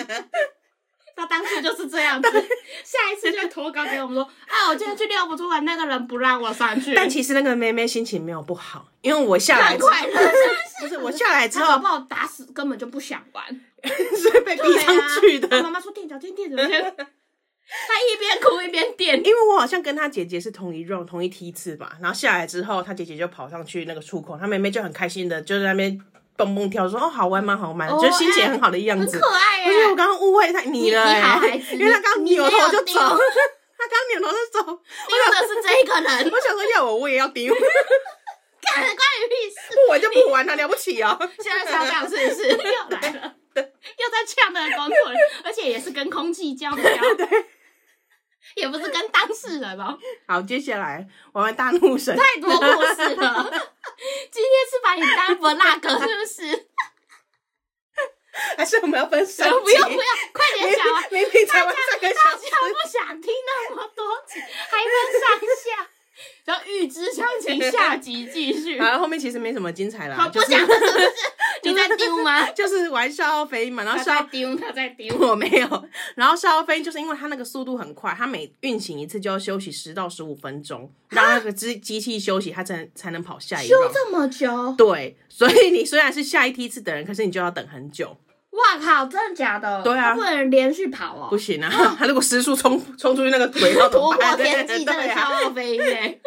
[SPEAKER 2] 他当初就是这样子，谁下一次就投稿给我们说，啊，我今天去六福出馆，那个人不让我上去，
[SPEAKER 1] 但其实那个妹妹心情没有不好，因为我下来
[SPEAKER 2] 太
[SPEAKER 1] 之后
[SPEAKER 2] 快乐，是
[SPEAKER 1] 不是我下来之
[SPEAKER 2] 他搞
[SPEAKER 1] 后
[SPEAKER 2] 不好打死根本就不想玩，
[SPEAKER 1] 是被逼上去的
[SPEAKER 2] 对啊我，妈妈说垫脚尖，垫脚尖， 他一边哭一边垫。
[SPEAKER 1] 因为我好像跟她姐姐是同一 round 同一梯次吧，然后下来之后，她姐姐就跑上去那个出口，她妹妹就很开心的就在那边蹦蹦跳，说哦好玩吗？好玩，
[SPEAKER 2] 哦哎
[SPEAKER 1] 就是心情很好的样
[SPEAKER 2] 很
[SPEAKER 1] 子
[SPEAKER 2] 可。爱
[SPEAKER 1] 不是
[SPEAKER 2] 耶、
[SPEAKER 1] 我刚刚误会她你了、
[SPEAKER 2] 你好孩
[SPEAKER 1] 欸，
[SPEAKER 2] 子
[SPEAKER 1] 因为她刚扭头就
[SPEAKER 2] 你没有
[SPEAKER 1] 走，
[SPEAKER 2] 丢
[SPEAKER 1] 她刚扭头就走，
[SPEAKER 2] 丢的是这一个人，
[SPEAKER 1] 我想说要我我也要丢，
[SPEAKER 2] 干关你屁事！
[SPEAKER 1] 我就不玩了，了不起哦。
[SPEAKER 2] 现在超量是不是 又来了？又在呛那个工作人，而且也是跟空气 交流，也不是跟当事人哦，
[SPEAKER 1] 好，接下来玩玩大怒神，
[SPEAKER 2] 太多故事了。 今天是把你当伯拉格是不是？
[SPEAKER 1] 还是我们要分三集？
[SPEAKER 2] 不用不要，快点讲啊完，
[SPEAKER 1] 明明明明才玩三个
[SPEAKER 2] 大
[SPEAKER 1] 小
[SPEAKER 2] 家
[SPEAKER 1] 时，
[SPEAKER 2] 不想听那么多集，还分上下，然后预知详情，下集继续。
[SPEAKER 1] 然后后面其实没什么精彩啦
[SPEAKER 2] 好，，
[SPEAKER 1] 就
[SPEAKER 2] 不
[SPEAKER 1] 是
[SPEAKER 2] 讲了是不是？你在丢吗？
[SPEAKER 1] 就是玩笑傲飞鹰嘛，然
[SPEAKER 2] 他
[SPEAKER 1] 后笑
[SPEAKER 2] 在
[SPEAKER 1] 傲。
[SPEAKER 2] 丢，他在丢。
[SPEAKER 1] 我没有，然后笑傲飞鹰就是因为它那个速度很快，它每运行一次就要休息十到十五分钟，让那个机机器休息，它才能才能跑下一
[SPEAKER 2] 修
[SPEAKER 1] 轮。
[SPEAKER 2] 这么久，
[SPEAKER 1] 对， 所以你虽然是下一梯次的人，可是你就要等很久，
[SPEAKER 2] 哦哇靠，真的假的？
[SPEAKER 1] 对啊
[SPEAKER 2] 他不能连续跑哦
[SPEAKER 1] 不。行啊！ 他如果时速冲冲出去那个轨 道怎
[SPEAKER 2] 突
[SPEAKER 1] 么
[SPEAKER 2] 破
[SPEAKER 1] 办？
[SPEAKER 2] 天际，真
[SPEAKER 1] 对
[SPEAKER 2] 的
[SPEAKER 1] 啊。
[SPEAKER 2] 超飞耶！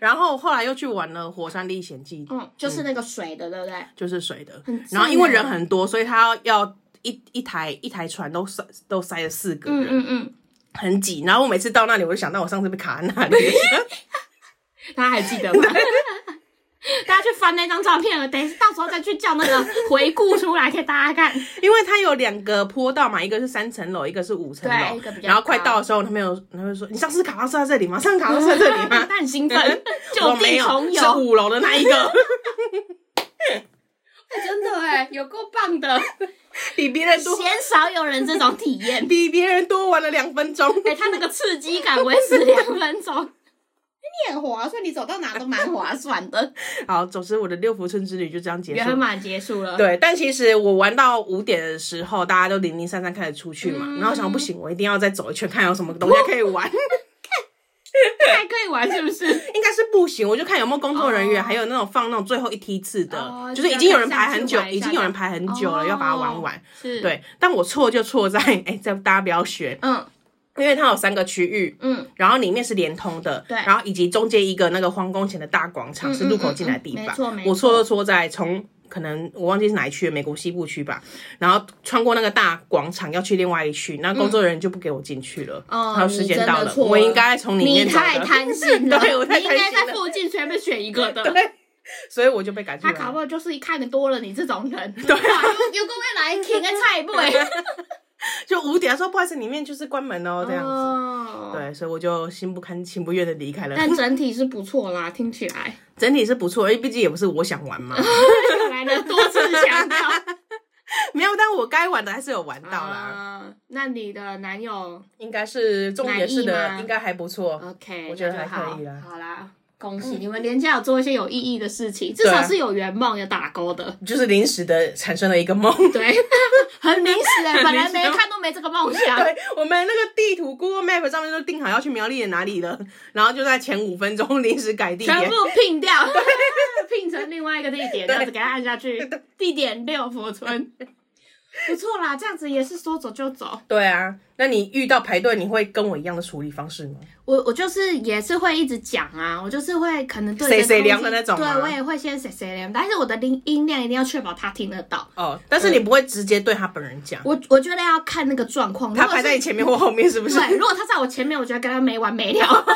[SPEAKER 1] 然后后来又去玩了《火山历险记》，
[SPEAKER 2] 嗯，就是那个水的，对不对？
[SPEAKER 1] 就是水的
[SPEAKER 2] 很赞，
[SPEAKER 1] 然后因为
[SPEAKER 2] 欸
[SPEAKER 1] 人很多，所以他要一一台一台船都塞都塞了四个
[SPEAKER 2] 嗯
[SPEAKER 1] 人，
[SPEAKER 2] 嗯嗯，
[SPEAKER 1] 很挤。然后我每次到那里，我就想到我上次被卡在 那里，
[SPEAKER 2] 大家还记得 吗？大家去翻那张照片了，等一下到时候再去叫那个回顾出来给大家看。
[SPEAKER 1] 因为它有两个坡道嘛，一个是三层楼，一个是五层
[SPEAKER 2] 对一个
[SPEAKER 1] 楼
[SPEAKER 2] 比。较
[SPEAKER 1] 然后快
[SPEAKER 2] 高
[SPEAKER 1] 到的时候，他们有他们说：“你上次卡到是在这里吗？上次卡到是在这 里吗
[SPEAKER 2] 他很兴奋，？”
[SPEAKER 1] 嗯我
[SPEAKER 2] 就
[SPEAKER 1] 没
[SPEAKER 2] 地
[SPEAKER 1] 有，
[SPEAKER 2] 重
[SPEAKER 1] 是
[SPEAKER 2] 游，
[SPEAKER 1] 五楼的那一个，
[SPEAKER 2] 真的哎，有够棒的，
[SPEAKER 1] 比别人 多，
[SPEAKER 2] 鲜少有人这种体 验。
[SPEAKER 1] 比别人多玩了两分钟。
[SPEAKER 2] 哎、他那个刺激感维持两分钟，你很划算，你走到哪都蛮划算的。
[SPEAKER 1] 好，总之我的六福村之旅就这样结束
[SPEAKER 2] 圆。满结束了，
[SPEAKER 1] 对，但其实我玩到五点的时候，大家都零零散散开始出去嘛，然后想不行，我一定要再走一圈，看有什么东西可以 玩。
[SPEAKER 2] 还可以玩是不是？
[SPEAKER 1] 应该是不行，我就看有没有工作人员
[SPEAKER 2] 哦
[SPEAKER 1] 还有那种放那种最后一梯次的
[SPEAKER 2] 哦
[SPEAKER 1] 就是已经有人排很久
[SPEAKER 2] 就要，再上去玩一下
[SPEAKER 1] 已经有人排很久了，
[SPEAKER 2] 哦
[SPEAKER 1] 要把它玩完。
[SPEAKER 2] 是，，
[SPEAKER 1] 对，但我错就错在，哎、这大家不要学，
[SPEAKER 2] 嗯
[SPEAKER 1] 因为它有三个区域。
[SPEAKER 2] 嗯，
[SPEAKER 1] 然后里面是连通的，
[SPEAKER 2] 对
[SPEAKER 1] 然后以及中间一个那个皇宫前的大广场
[SPEAKER 2] 嗯
[SPEAKER 1] 是入口进来的地
[SPEAKER 2] 嗯嗯
[SPEAKER 1] 方。
[SPEAKER 2] 嗯没错没错
[SPEAKER 1] 我错就错在从可能我忘记是哪一区，美国西部区吧，然后穿过那个大广场要去另外一区，那工作人员就不给我进去了，
[SPEAKER 2] 哦
[SPEAKER 1] 还有时间到
[SPEAKER 2] 你真
[SPEAKER 1] 了
[SPEAKER 2] 的，错了
[SPEAKER 1] 我应该从里
[SPEAKER 2] 你
[SPEAKER 1] 面走
[SPEAKER 2] 太
[SPEAKER 1] 的，
[SPEAKER 2] 贪心了，
[SPEAKER 1] 对我太
[SPEAKER 2] 你应
[SPEAKER 1] 贪
[SPEAKER 2] 该
[SPEAKER 1] 心了
[SPEAKER 2] 在附近随便选一个的。
[SPEAKER 1] 对， 所以我就被赶出
[SPEAKER 2] 他
[SPEAKER 1] 来
[SPEAKER 2] 搞
[SPEAKER 1] 了
[SPEAKER 2] 不。好就是看的多了你这种人，对、啊，有有个未来停个菜不哎，
[SPEAKER 1] 就五点说不好意思，里面就是关门哦，这样子。
[SPEAKER 2] 哦，
[SPEAKER 1] 对，所以我就心不甘情不愿的离开了。
[SPEAKER 2] 但整体是不错啦，听起来。
[SPEAKER 1] 整体是不错，因为毕竟也不是我想玩嘛，
[SPEAKER 2] 又来了多次强调
[SPEAKER 1] 没有，但我该玩的还是有玩 到啦。
[SPEAKER 2] 啊那你的男友
[SPEAKER 1] 应该是重点是
[SPEAKER 2] 满意
[SPEAKER 1] 的，
[SPEAKER 2] 吗
[SPEAKER 1] 应该还不错。
[SPEAKER 2] OK，
[SPEAKER 1] 我觉得
[SPEAKER 2] 那就
[SPEAKER 1] 还可以啦
[SPEAKER 2] 好
[SPEAKER 1] 嗯
[SPEAKER 2] 好啦，恭喜你们廉价有做一些有意义的事情，至
[SPEAKER 1] 啊
[SPEAKER 2] 少是有圆梦、有打勾的。
[SPEAKER 1] 就是临时的产生了一个梦。
[SPEAKER 2] 对， 很临时哎、本来
[SPEAKER 1] 临
[SPEAKER 2] 没
[SPEAKER 1] 时
[SPEAKER 2] 看都没这个梦想。
[SPEAKER 1] 对，我们那个地图 Google Map 上面都定好要去苗栗的哪里了，然后就在前五分钟 临时改地
[SPEAKER 2] 全
[SPEAKER 1] 点
[SPEAKER 2] 部。拼掉， 拼成另外一个地点，这样子给他按下去。地点六 佛村，不错啦，这样子也是说走就走。
[SPEAKER 1] 对啊，那你遇到排队，你会跟我一样的处理方式吗？
[SPEAKER 2] 我我就是也是会一直讲啊，我就是会可能对
[SPEAKER 1] 谁
[SPEAKER 2] 着空
[SPEAKER 1] 谁量
[SPEAKER 2] 气
[SPEAKER 1] 的那种啊吗
[SPEAKER 2] 对我也会先谁谁量，但是我的音音量一定要确保他听得到。
[SPEAKER 1] 哦，但是你不会直接对他本人讲，
[SPEAKER 2] 呃我我觉得要看那个状况，如
[SPEAKER 1] 他
[SPEAKER 2] 果
[SPEAKER 1] 排
[SPEAKER 2] 是
[SPEAKER 1] 在你前面或后面是不是？
[SPEAKER 2] 对，如果他在我前面，我觉得跟他没完没了。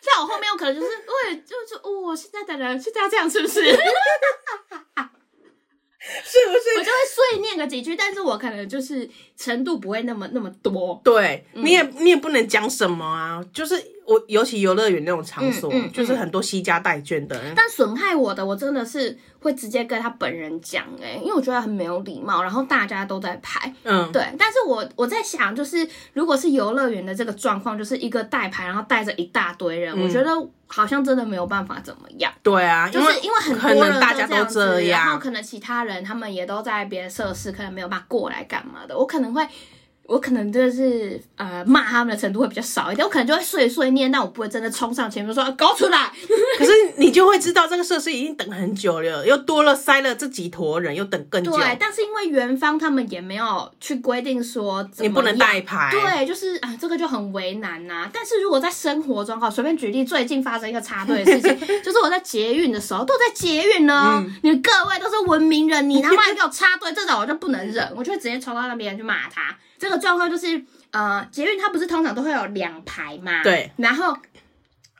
[SPEAKER 2] 在我后面，我可能就是，我也就是，哦，现在的人现在要这样是不是？ 我
[SPEAKER 1] 是不是？
[SPEAKER 2] 就会碎念个几句，但是我可能就是程度不会那么那么多。
[SPEAKER 1] 对，
[SPEAKER 2] 嗯
[SPEAKER 1] 你也你也不能讲什么啊，就是我尤其游乐园那种场所，
[SPEAKER 2] 嗯嗯嗯
[SPEAKER 1] 就是很多惜家带眷的人，
[SPEAKER 2] 但损害我的，我真的是会直接跟他本人讲哎、因为我觉得很没有礼貌，然后大家都在排，
[SPEAKER 1] 嗯，
[SPEAKER 2] 对，但是我我在想，就是如果是游乐园的这个状况，就是一个带牌，然后带着一大堆人，我觉得好像真的没有办法怎么样，
[SPEAKER 1] 对啊，嗯
[SPEAKER 2] 就
[SPEAKER 1] 因为
[SPEAKER 2] 是因为很
[SPEAKER 1] 可
[SPEAKER 2] 多
[SPEAKER 1] 能
[SPEAKER 2] 人
[SPEAKER 1] 大家
[SPEAKER 2] 这样
[SPEAKER 1] 都这
[SPEAKER 2] 子，然后
[SPEAKER 1] 样，
[SPEAKER 2] 可能其他人他们也都在别的设施，可能没有办法过来干嘛的，我可能会我可能真的是呃骂他们的程度会比较少一点，我可能就会碎碎念，但我不会真的冲上前面说呃搞出来。
[SPEAKER 1] 可是你就会知道这个设施已经等很久了，又多了塞了这几坨人，又等更久。
[SPEAKER 2] 对，但是因为园方他们也没有去规定说怎
[SPEAKER 1] 你
[SPEAKER 2] 么
[SPEAKER 1] 不能
[SPEAKER 2] 样
[SPEAKER 1] 带牌。
[SPEAKER 2] 对，就是啊，这个就很为难呐、但是如果在生活中哈，随便举例，最近发生一个插队的事 情，就是我在捷运的时候，都在捷运呢、哦
[SPEAKER 1] 嗯
[SPEAKER 2] 你们各位都是文明人，你他 妈还给我插队，这种我就不能忍，我就会直接冲到那边去骂他。这个状况就是，呃，捷运它不是通常都会有两排嘛？
[SPEAKER 1] 对，
[SPEAKER 2] 然后。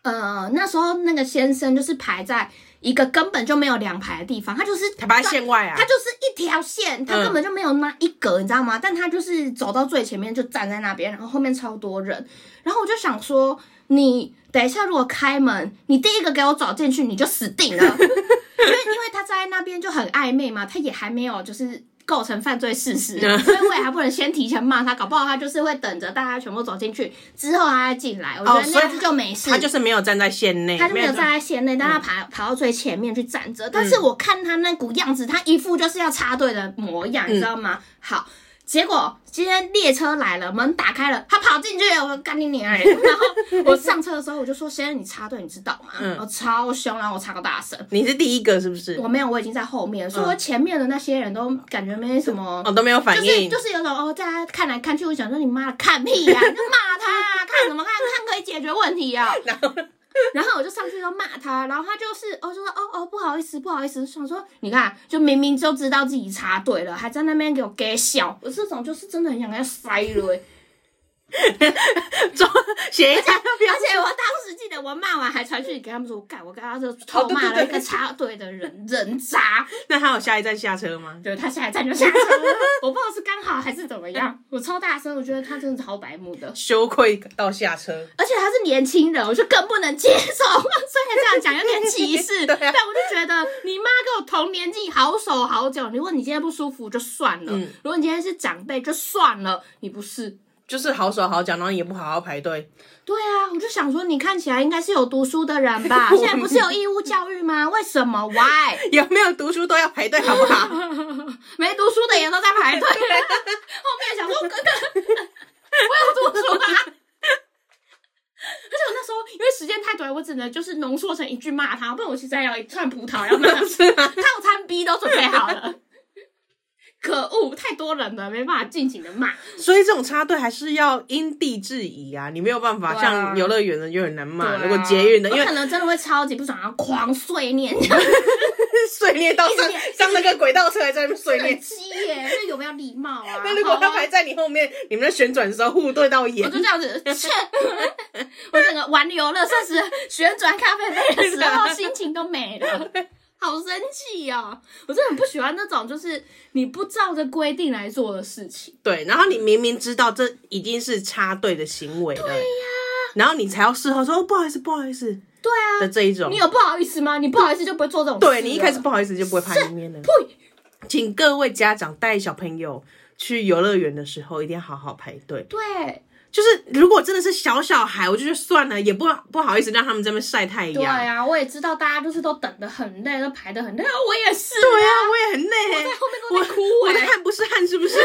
[SPEAKER 2] 呃，那时候那个先生就是排在一个根本就没有两排的地方，他就是
[SPEAKER 1] 他把它
[SPEAKER 2] 在
[SPEAKER 1] 限外啊嗯
[SPEAKER 2] 他，就是一条线，他根本就没有那一格，你知道吗？但他就是走到最前面就站在那边，然后后面超多人，然后我就想说，你等一下如果开门，你第一个给我走进去，你就死定 了，因为因为他在那边就很暧昧嘛，他也还没有就是。构成犯罪事实，
[SPEAKER 1] 嗯
[SPEAKER 2] 所以我也还不能先提前骂他，搞不好他就是会等着大家全部走进去之后他再进来，我觉
[SPEAKER 1] 哦
[SPEAKER 2] 得
[SPEAKER 1] 所
[SPEAKER 2] 那
[SPEAKER 1] 以
[SPEAKER 2] 样子就没事。
[SPEAKER 1] 他就是没有站在线内，
[SPEAKER 2] 他就没有
[SPEAKER 1] 站
[SPEAKER 2] 站在线内，但他
[SPEAKER 1] 嗯
[SPEAKER 2] 爬、爬到最前面去站着。但是我看他那股样子，他一副就是要插队的模
[SPEAKER 1] 嗯
[SPEAKER 2] 样，你知道吗？好，结果今天列车来了，门打开了，他跑进去了，我说干你 娘嘞！然后我上车的时候，我就说：“先生，你插队，你知道吗？”
[SPEAKER 1] 嗯
[SPEAKER 2] 我超凶，然后我超大声。
[SPEAKER 1] 你是第一个是不是？嗯
[SPEAKER 2] 我没有，我已经在后面，所以我前面的那些人都感觉没什么。
[SPEAKER 1] 哦，都没有反
[SPEAKER 2] 就是
[SPEAKER 1] 应，
[SPEAKER 2] 就是有种哦，大家看来看去，我想说你妈的看屁呀、 你就骂他啊、看什么看，看可以解决问题 啊。
[SPEAKER 1] 然后
[SPEAKER 2] 然后我就上去就骂他，然后他就是哦，就说哦哦不好意思不好意思，想说你看，就明明就知道自己插队了，还在那边给我给笑，我这种就是真的很想给他塞了、 欸。
[SPEAKER 1] 装写一下
[SPEAKER 2] 而且我当时记得我骂完还传讯给他们说，我干我刚刚就偷骂了一个插队的人人渣，
[SPEAKER 1] 那他有下一站下车吗？
[SPEAKER 2] 对他下一站就下车了，我不知道是刚好还是怎么样，我超大声，我觉得他真的超白目的。
[SPEAKER 1] 羞愧到下车，
[SPEAKER 2] 而且他是年轻人，我就更不能接受。虽然这样讲有点歧 视，
[SPEAKER 1] 对啊
[SPEAKER 2] 但我就觉得你妈跟我同年纪，好手好脚。如果你今天不舒服就算了，
[SPEAKER 1] 嗯
[SPEAKER 2] 如果你今天是长辈就算了，你不是。
[SPEAKER 1] 就是好手好脚，然后也不好好排队。？
[SPEAKER 2] 对啊，我就想说，你看起来应该是有读书的人 吧
[SPEAKER 1] 我
[SPEAKER 2] 现在不是有义务教育吗？为什么？Why？
[SPEAKER 1] 有没有读书都要排队，好不 好？
[SPEAKER 2] 没读书的也都在排队。后 面想说，哥哥， 我有读书啊。而且我那时候因为时间太短，我只能就是浓缩成一句骂他，不然我现在要一串葡萄要骂他。
[SPEAKER 1] 是啊，
[SPEAKER 2] 套餐 B 都准备好了，可恶，太多人了，没办法尽情的骂。
[SPEAKER 1] 所以这种插队还是要因地制宜啊，你没有办法、
[SPEAKER 2] 对啊
[SPEAKER 1] 像游乐园的就很难骂，
[SPEAKER 2] 对啊
[SPEAKER 1] 如果捷运的，因
[SPEAKER 2] 我
[SPEAKER 1] 为
[SPEAKER 2] 可能真的会超级不爽，然后狂碎念，
[SPEAKER 1] 碎裂到上
[SPEAKER 2] 一直裂
[SPEAKER 1] 上那个轨道车还在那边碎
[SPEAKER 2] 很
[SPEAKER 1] 裂。
[SPEAKER 2] 鸡耶，这有没有礼貌啊？
[SPEAKER 1] 那如果他
[SPEAKER 2] 好啊
[SPEAKER 1] 排在你后面，你们在旋转的时候互对到
[SPEAKER 2] 我
[SPEAKER 1] 眼
[SPEAKER 2] 就，这样子， 切！我整个玩游乐设施旋转咖啡杯的时候，心情都没了，好生气哦！我真的很不喜欢那种就是你不照着规定来做的事情。
[SPEAKER 1] 对，然后你明明知道这已经是插队的行为了，对呀、然后你才要事后说、哦、不好意思，不好意思
[SPEAKER 2] 对
[SPEAKER 1] 的
[SPEAKER 2] 啊，
[SPEAKER 1] 这一种
[SPEAKER 2] 你，有不好意思吗？你不好意思就不会做这种事了。
[SPEAKER 1] 对你一开始不好意思就不会排里面了。
[SPEAKER 2] 呸！
[SPEAKER 1] 请各位家长带小朋友去游乐园的时候，一定要好好排队。
[SPEAKER 2] 对，
[SPEAKER 1] 就是如果真的是小小孩，我就觉得算了，也不不好意思让他们在那边晒太阳。
[SPEAKER 2] 对
[SPEAKER 1] 对啊，
[SPEAKER 2] 啊，我也知道大家就是都等得很累，都排得很累，啊我也是。
[SPEAKER 1] 我也很累、
[SPEAKER 2] 我在后面都
[SPEAKER 1] 我
[SPEAKER 2] 在哭
[SPEAKER 1] 我
[SPEAKER 2] 哎、
[SPEAKER 1] 的汗不是汗，是不是？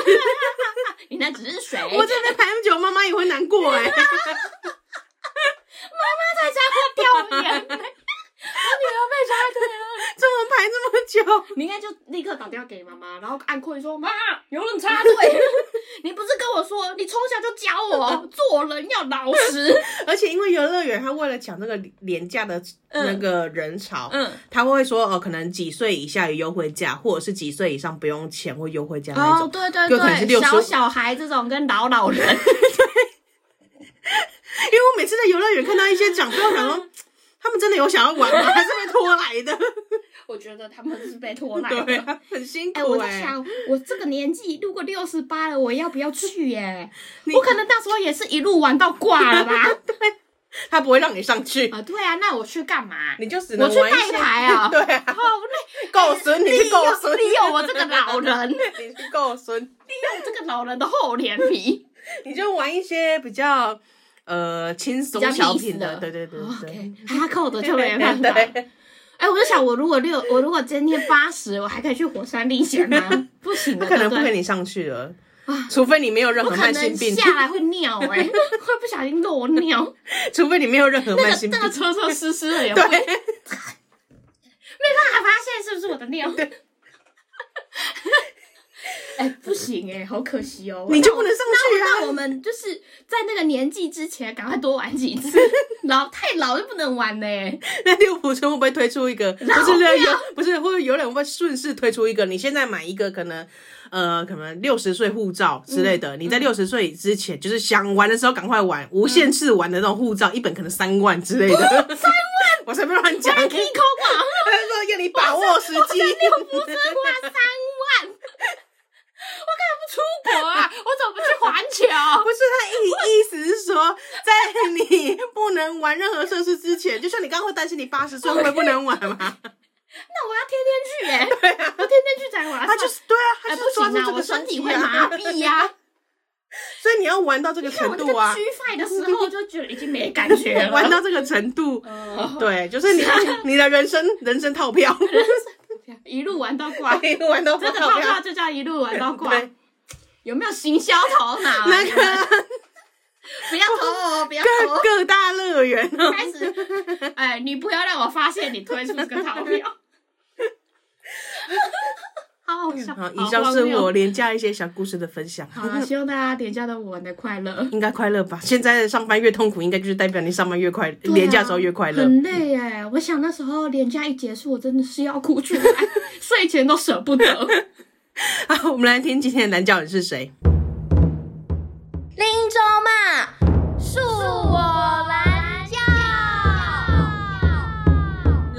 [SPEAKER 2] 你那只是水，
[SPEAKER 1] 我在那边排那么久，妈妈也会难过 哎、
[SPEAKER 2] 妈妈在家会掉 眼泪，我女儿被杀掉了。
[SPEAKER 1] 怎么排这么久？
[SPEAKER 2] 你应该就立刻打电话给妈妈，然后按扣你说妈，有人插队， 你不是跟我说你从小就教我做人要老实？
[SPEAKER 1] 而且因为游乐园，他为了抢这个廉价的那个人潮，
[SPEAKER 2] 嗯，
[SPEAKER 1] 他会说哦，可能几岁以下有优惠价，或者是几岁以上不用钱或优惠价那一
[SPEAKER 2] 哦
[SPEAKER 1] 种。，
[SPEAKER 2] 对对
[SPEAKER 1] 有可能是
[SPEAKER 2] 对，
[SPEAKER 1] 65
[SPEAKER 2] 小小孩这种跟老老人，
[SPEAKER 1] 因为我每次在游乐园看到一些长辈，我想 说。他们真的有想要玩吗？还是被拖来的？
[SPEAKER 2] 我觉得他们是被拖来
[SPEAKER 1] 对
[SPEAKER 2] 的。
[SPEAKER 1] 啊，很辛
[SPEAKER 2] 哎、
[SPEAKER 1] 苦
[SPEAKER 2] 我
[SPEAKER 1] 哎、
[SPEAKER 2] 在想，我这个年纪如果六十八了，我要不要去、耶？
[SPEAKER 1] 你
[SPEAKER 2] 我可能那时候也是一路玩到挂 了吧？
[SPEAKER 1] 他不会让你上去，
[SPEAKER 2] 啊，对啊，那我去干嘛？
[SPEAKER 1] 你就只
[SPEAKER 2] 我
[SPEAKER 1] 能
[SPEAKER 2] 去
[SPEAKER 1] 玩一
[SPEAKER 2] 带
[SPEAKER 1] 些。
[SPEAKER 2] 牌啊！
[SPEAKER 1] 对啊，
[SPEAKER 2] 好累，
[SPEAKER 1] 够孙， 你是够孙，
[SPEAKER 2] 利用我这个老人，利
[SPEAKER 1] 你是够孙，
[SPEAKER 2] 用这个老人的厚脸皮。
[SPEAKER 1] 你就玩一些比较呃轻松
[SPEAKER 2] 比较
[SPEAKER 1] 小
[SPEAKER 2] peace
[SPEAKER 1] 品的，
[SPEAKER 2] 的
[SPEAKER 1] 对对对
[SPEAKER 2] 哦
[SPEAKER 1] 对。
[SPEAKER 2] OK，哈扣 的
[SPEAKER 1] 对
[SPEAKER 2] 就没办法。
[SPEAKER 1] 对
[SPEAKER 2] 哎、我就想，我如果六， 我如果今天八十，我还可以去火山历险吗？不行
[SPEAKER 1] 他
[SPEAKER 2] 的，
[SPEAKER 1] 可能不
[SPEAKER 2] 对
[SPEAKER 1] 跟
[SPEAKER 2] 对
[SPEAKER 1] 你上去了，除非你没有任
[SPEAKER 2] 我
[SPEAKER 1] 何
[SPEAKER 2] 可
[SPEAKER 1] 慢性
[SPEAKER 2] 能
[SPEAKER 1] 病，
[SPEAKER 2] 下来 会尿哎、会不小心漏尿，
[SPEAKER 1] 除非你没有任何
[SPEAKER 2] 那
[SPEAKER 1] 慢
[SPEAKER 2] 个
[SPEAKER 1] 性病
[SPEAKER 2] 那，个车车湿湿的也会，
[SPEAKER 1] 对
[SPEAKER 2] 没办法发现是不是我的尿。 哎、不行哎、好可惜哦！
[SPEAKER 1] 你就不能上去
[SPEAKER 2] 那
[SPEAKER 1] 啊。
[SPEAKER 2] 我们就是在那个年纪之前，赶快多玩几次， 老太老就不能玩了哎、
[SPEAKER 1] 那六福村会不会推出一个？不是
[SPEAKER 2] 不要
[SPEAKER 1] 有不是会有人会顺势推出一个？你现在买一个可能呃可能六十岁护照之类
[SPEAKER 2] 嗯
[SPEAKER 1] 的，你在六十岁之前、就是想玩的时候赶快玩，无
[SPEAKER 2] 嗯
[SPEAKER 1] 限次玩的那种护照，一本可能三万之类的。三 万，我随便乱讲。
[SPEAKER 2] 还
[SPEAKER 1] 他
[SPEAKER 2] 可以抠网，
[SPEAKER 1] 说要你把握时机。
[SPEAKER 2] 不是花三万，我干嘛不出国啊？我怎么不去环球？
[SPEAKER 1] 不是他意意思是说，在你不能玩任何设施之前，就像你刚刚会担心你八十岁会不会不能玩 嘛？
[SPEAKER 2] 那我要天天去哎、我天天去才玩。
[SPEAKER 1] 他就是对啊，
[SPEAKER 2] 哎、
[SPEAKER 1] 他就
[SPEAKER 2] 不
[SPEAKER 1] 是抓
[SPEAKER 2] 行
[SPEAKER 1] 住
[SPEAKER 2] 啊，
[SPEAKER 1] 这
[SPEAKER 2] 我
[SPEAKER 1] 个
[SPEAKER 2] 身体
[SPEAKER 1] 机
[SPEAKER 2] 会麻
[SPEAKER 1] 啊，
[SPEAKER 2] 痹呀、
[SPEAKER 1] 所以你要玩到这个
[SPEAKER 2] 看我
[SPEAKER 1] 程
[SPEAKER 2] 那
[SPEAKER 1] 度
[SPEAKER 2] 个
[SPEAKER 1] 啊，
[SPEAKER 2] 区块的时候，就觉得已经没感觉 了。
[SPEAKER 1] 玩到这个程度，
[SPEAKER 2] 呃，
[SPEAKER 1] 对，就是 你你的人生人生套 票，
[SPEAKER 2] 一路玩到 挂，
[SPEAKER 1] 一路玩到
[SPEAKER 2] 真的
[SPEAKER 1] 套
[SPEAKER 2] 泡
[SPEAKER 1] 票
[SPEAKER 2] 泡，就叫一路玩到 挂。
[SPEAKER 1] 对，
[SPEAKER 2] 有没有行销头脑啊？
[SPEAKER 1] 那 个
[SPEAKER 2] 不要投我，不要投
[SPEAKER 1] 各
[SPEAKER 2] 我。
[SPEAKER 1] 各大乐园哦，
[SPEAKER 2] 开始，哎，你不要让我发现你推出这个 投票。好好笑，
[SPEAKER 1] 好，
[SPEAKER 2] 好
[SPEAKER 1] 以上是
[SPEAKER 2] 荒谬
[SPEAKER 1] 我。廉价一些小故事的分享。
[SPEAKER 2] 好了，希望大家点下的我玩的快乐。
[SPEAKER 1] 应该快乐吧？现在上班越痛苦，应该就是代表你上班越快，
[SPEAKER 2] 对啊
[SPEAKER 1] 廉价时候越快乐。
[SPEAKER 2] 很累哎，我想那时候连假一结束，我真的是要哭出 来，睡前都舍不得。
[SPEAKER 1] 好，我们来听今天的男教人是谁。
[SPEAKER 3] 林州嘛，恕我蓝教。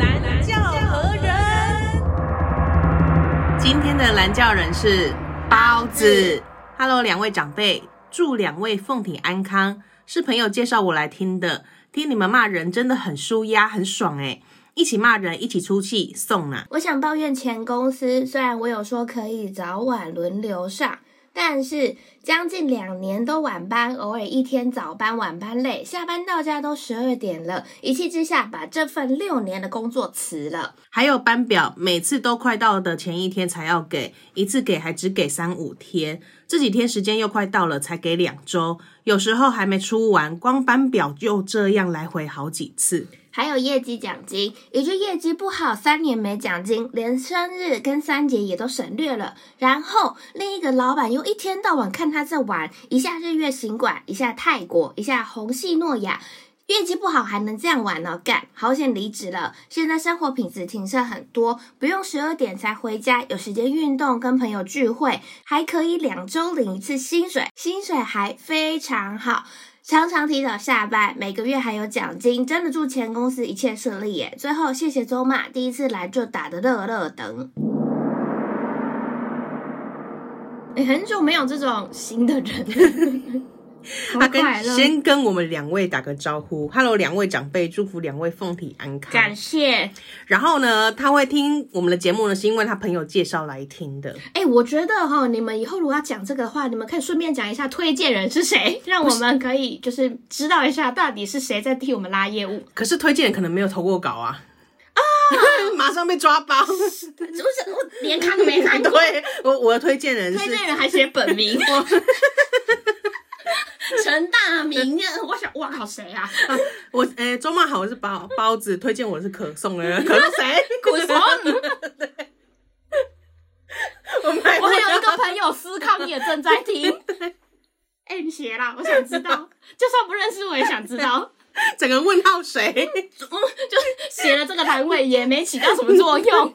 [SPEAKER 1] 蓝教何人？今天的蓝教人是包子。Hello，两位长辈，祝两位凤体安康。是朋友介绍我来听的，听你们骂人真的很舒压，很爽哎、一起骂人，一起出气，送啊啦、
[SPEAKER 3] 我想抱怨前公司，虽然我有说可以早晚轮流上，但是将近两年都晚班，偶尔一天早班晚班累，下班到家都十二点了。一气之下，把这份六年的工作辞了。
[SPEAKER 1] 还有班表，每次都快到的前一天才要给，一次给还只给三五天。这几天时间又快到了，才给两周，有时候还没出完，光班表就这样来回好几次。
[SPEAKER 3] 还有业绩奖金，一句业绩不好，三年没奖金，连生日跟三节也都省略了。然后另一个老板又一天到晚看他在玩，一下日月行馆，一下泰国，一下红系诺亚。业绩不好还能这样玩哦，干！好险离职了。现在生活品质提升很多，不用十二点才回家，有时间运动，跟朋友聚会，还可以两周领一次薪水，薪水还非常好。常常提早下班，每个月还有奖金，真的祝前公司一切顺利耶！最后谢谢周骂，第一次来就打得热热等。
[SPEAKER 2] 哎，很久没有这种新的 人，好
[SPEAKER 1] 他跟
[SPEAKER 2] 快乐。
[SPEAKER 1] 先跟我们两位打个招呼，Hello，两位长辈，祝福两位凤体安康
[SPEAKER 2] 感。谢，
[SPEAKER 1] 然后呢，他会听我们的节目呢，是因为他朋友介绍来听的。
[SPEAKER 2] 哎、我觉得哈，你们以后如果要讲这个的话，你们可以顺便讲一下推荐人是谁，让我们可以就是知道一下到底是谁在替我们拉业务。
[SPEAKER 1] 可是推荐人可能没有投过稿啊，啊， 马上被抓包。
[SPEAKER 2] 我想我连看都没看过，
[SPEAKER 1] 对，我我的推荐人
[SPEAKER 2] 推
[SPEAKER 1] 是
[SPEAKER 2] 荐人还写本名，陈大明啊！ 我想，哇靠，谁啊？
[SPEAKER 1] 我诶，周末好，我是包包子，推荐我的是可颂的，可颂 谁？
[SPEAKER 2] 古松，
[SPEAKER 1] 我买
[SPEAKER 2] 我
[SPEAKER 1] 不
[SPEAKER 2] 还有一
[SPEAKER 1] 了。
[SPEAKER 2] 个朋友思康也正在听。 哎、你写啦，我想知 道，就算不认识我也想知道。
[SPEAKER 1] 整个问号谁？
[SPEAKER 2] 嗯， 就是写了这个栏位也没起到什么作用。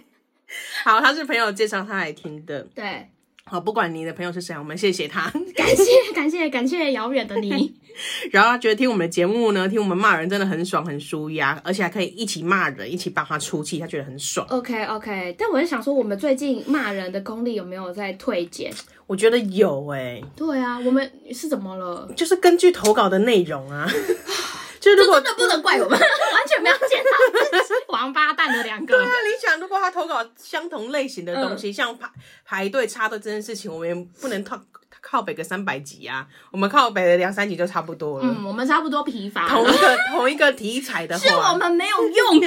[SPEAKER 1] 好，他是朋友介绍他来听的。
[SPEAKER 2] 对，
[SPEAKER 1] 好，不管你的朋友是谁，我们谢谢他。
[SPEAKER 2] 感谢感谢感谢遥远的你，
[SPEAKER 1] 然后他觉得听我们的节目呢，听我们骂人真的很爽，很舒压，而且还可以一起骂人，一起帮他出气，他觉得很爽。
[SPEAKER 2] OK OK，但我是想说，我们最近骂人的功力有没有在退减？
[SPEAKER 1] 我觉得有哎、
[SPEAKER 2] 对啊，我们是怎么 了？
[SPEAKER 1] 就是根据投稿的内容啊， 就是如
[SPEAKER 2] 这
[SPEAKER 1] 果
[SPEAKER 2] 真的不能怪我们， 完全没有见到 自己王八蛋的两个。
[SPEAKER 1] 对啊，你想，如果他投稿相同类型的
[SPEAKER 2] 嗯
[SPEAKER 1] 东西，像排排队插队这件事情，我们也不能靠靠北个三百集啊，我们靠北的两三集就差不
[SPEAKER 2] 嗯
[SPEAKER 1] 多了。
[SPEAKER 2] 嗯，我们差不多疲乏
[SPEAKER 1] 同
[SPEAKER 2] 了，
[SPEAKER 1] 一个同一个题材的话，
[SPEAKER 2] 是我们没有用。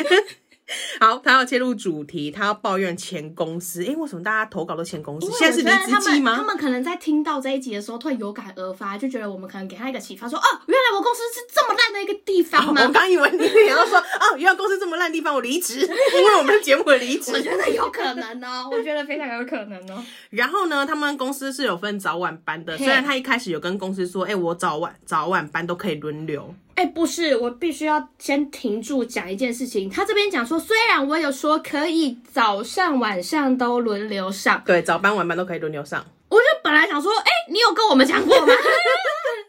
[SPEAKER 1] 好，他要切入主题，他要抱怨前公司。诶，为什么大家投稿都前公司
[SPEAKER 2] 因？为
[SPEAKER 1] 现在
[SPEAKER 2] 我
[SPEAKER 1] 是
[SPEAKER 2] 觉得
[SPEAKER 1] 离
[SPEAKER 2] 他
[SPEAKER 1] 职季
[SPEAKER 2] 们
[SPEAKER 1] 吗
[SPEAKER 2] 他？们可能在听到这一集的时候，突然有感而发，就觉得我们可能给他一个启发，说哦，原来我公司是这么烂的一个地
[SPEAKER 1] 哦
[SPEAKER 2] 方吗？
[SPEAKER 1] 我刚以为你也要说 哦，原来公司这么烂地方，我离 职，因为我们的节目的离
[SPEAKER 2] 我
[SPEAKER 1] 职。
[SPEAKER 2] 觉得有可能哦，我觉得非常有可能哦。
[SPEAKER 1] 然后呢，他们公司是有分早晚班的，
[SPEAKER 2] 嘿
[SPEAKER 1] 虽然他一开始有跟公司说，哎、我早晚早晚班都可以轮流，
[SPEAKER 2] 哎，不是，我必须要先停住讲一件事情。他这边讲说，虽然我有说可以早上晚上都轮流上，
[SPEAKER 1] 对，早班晚班都可以轮流上。啊
[SPEAKER 2] 我就本来想说，哎、你有跟我们讲过 吗？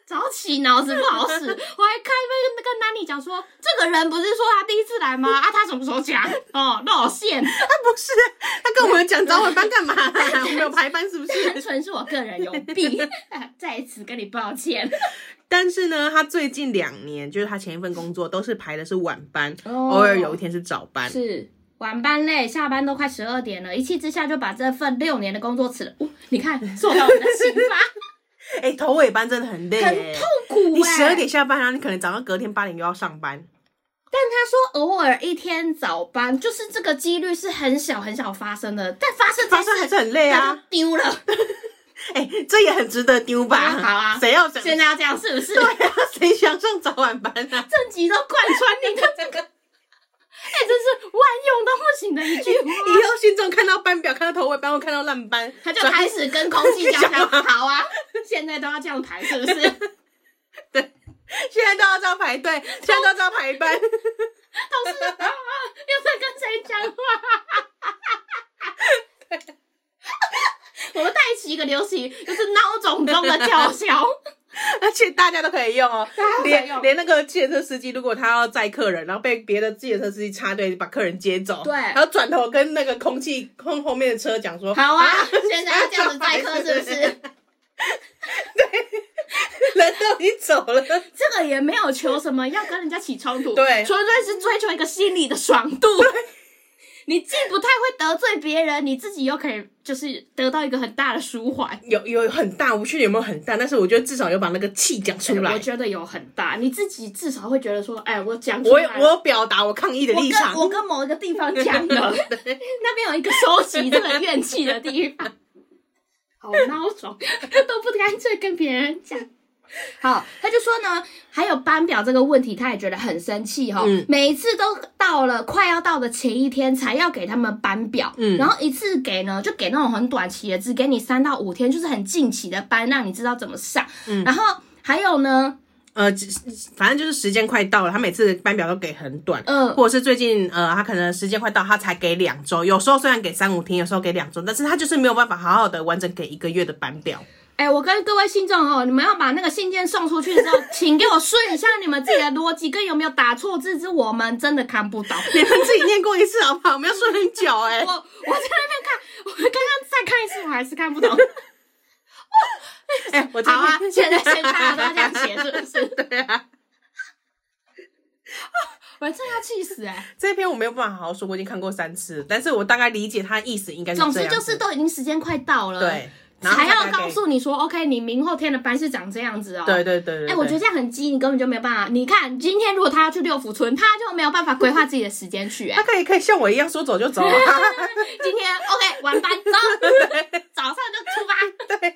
[SPEAKER 2] 早起脑子不好使，我还看跟跟丹尼讲说，这个人不是说他第一次来吗？啊，他什么时候讲？哦，露馅，
[SPEAKER 1] 他不是，啊他跟我们讲早晚班 干嘛？我们有排班是不
[SPEAKER 2] 单
[SPEAKER 1] 是？
[SPEAKER 2] 纯是我个人有病， 在此跟你抱歉。
[SPEAKER 1] 但是呢，他最近两年，就是他前一份工作都是排的是晚班，
[SPEAKER 2] 哦
[SPEAKER 1] 偶尔有一天 是早班。
[SPEAKER 2] 是晚班累，下班都快十二点了，一气之下就把这份六年的工作辞了。哦、 你看，受到我的刑 罚，
[SPEAKER 1] 哎、头尾班真的很累、
[SPEAKER 2] 很
[SPEAKER 1] 哎
[SPEAKER 2] 痛苦、欸。
[SPEAKER 1] 你十二点下班啊，你可能早上隔天八点又要上班。
[SPEAKER 2] 但他说偶尔一天早班，就是这个几率是很小很小发生的，但发生
[SPEAKER 1] 发生还是很累
[SPEAKER 2] 他
[SPEAKER 1] 啊
[SPEAKER 2] 就！丢了。
[SPEAKER 1] 哎、这也很值得丢吧？
[SPEAKER 2] 好啊
[SPEAKER 1] 谁要想
[SPEAKER 2] 现在要这样是不是？
[SPEAKER 1] 对啊？谁想上早晚班啊？
[SPEAKER 2] 正极都贯穿你的整 个，哎、真是万用到不行的一句话。
[SPEAKER 1] 以后新总看到班表，看到头尾班，或看到烂班，
[SPEAKER 2] 他就
[SPEAKER 1] 转
[SPEAKER 2] 开始跟空气 交谈，好啊，现在都要这样排是不 是？
[SPEAKER 1] 现在都要这样排队，现在都要这样排班。
[SPEAKER 2] 同事啊，又在跟谁讲话？我们带起一个流行，就是孬种中的叫嚣。
[SPEAKER 1] 而且大家都可以用哦
[SPEAKER 2] 大家都，可以
[SPEAKER 1] 连
[SPEAKER 2] 用
[SPEAKER 1] 连那个汽车司机，如果他要载客人，然后被别的汽车司机插队把客人接走，
[SPEAKER 2] 对
[SPEAKER 1] 然后转头跟那个空气空后面的车讲说，
[SPEAKER 2] 好 啊，现在要这样子载客是不 是？
[SPEAKER 1] 人都已经走了，
[SPEAKER 2] 这个也没有求什么要跟人家起冲突，
[SPEAKER 1] 对
[SPEAKER 2] 纯粹是追求一个心理的爽度。你既不太会得罪别人，你自己又可以就是得到一个很大的舒缓。
[SPEAKER 1] 有有很大，我不确定有没有很大，但是我觉得至少有把那个气讲出
[SPEAKER 2] 我
[SPEAKER 1] 来，
[SPEAKER 2] 觉得有很大，你自己至少会觉得说，哎，我讲出
[SPEAKER 1] 我
[SPEAKER 2] 来
[SPEAKER 1] 有我有表达我抗议的
[SPEAKER 2] 我
[SPEAKER 1] 立场
[SPEAKER 2] 跟，我跟某一个地方讲 的，那边有一个收集这个怨气的地方，好孬种，都不干脆跟别人讲。 好，他就说呢，还有班表这个问题，他也觉得很生气哈、哦。
[SPEAKER 1] 嗯
[SPEAKER 2] 每一次都到了快要到的前一天才要给他们班表，
[SPEAKER 1] 嗯
[SPEAKER 2] 然后一次给呢，就给那种很短期的，只给你三到五天，就是很近期的班，让你知道怎么上。
[SPEAKER 1] 嗯
[SPEAKER 2] 然后还有呢，
[SPEAKER 1] 呃，只反正就是时间快到了，他每次班表都给很短，
[SPEAKER 2] 嗯
[SPEAKER 1] 或者是最近呃，他可能时间快到，他才给两周，有时候虽然给三五天，有时候给两周，但是他就是没有办法好好的完整给一个月的班表。
[SPEAKER 2] 哎、我跟各位信众哦，你们要把那个信件送出 去之后，请给我顺一下你们自己的逻辑跟有没有打错字，这我们真的看不懂。
[SPEAKER 1] 你们自己念过一次好不好？我们要说很久哎、
[SPEAKER 2] 我我在那边看，我刚刚再看一次，我还是看不 懂。
[SPEAKER 1] 哎、我
[SPEAKER 2] 好啊，现在现在大家都要这
[SPEAKER 1] 在
[SPEAKER 2] 样写，是不是？
[SPEAKER 1] 对啊，
[SPEAKER 2] 我真的要气死哎、
[SPEAKER 1] 这篇我没有办法好好说，我已经看过三次，但是我大概理解他的意思应该是这
[SPEAKER 2] 总
[SPEAKER 1] 样
[SPEAKER 2] 之就是
[SPEAKER 1] 子
[SPEAKER 2] 都已经时间快到了，
[SPEAKER 1] 对，然后
[SPEAKER 2] 才
[SPEAKER 1] 他
[SPEAKER 2] 要
[SPEAKER 1] 给
[SPEAKER 2] 告诉你说，OK，你明后天的班是长这样子哦。
[SPEAKER 1] 对对对对
[SPEAKER 2] 哎、
[SPEAKER 1] 对
[SPEAKER 2] 我觉得这样很鸡，你根本就没有办法。你看，今天如果他要去六福村，他就没有办法规划自己的时间去、哎。
[SPEAKER 1] 他可以可以像我一样说走就走、啊。
[SPEAKER 2] 今天 OK 晚班走，早上就出发。
[SPEAKER 1] 对，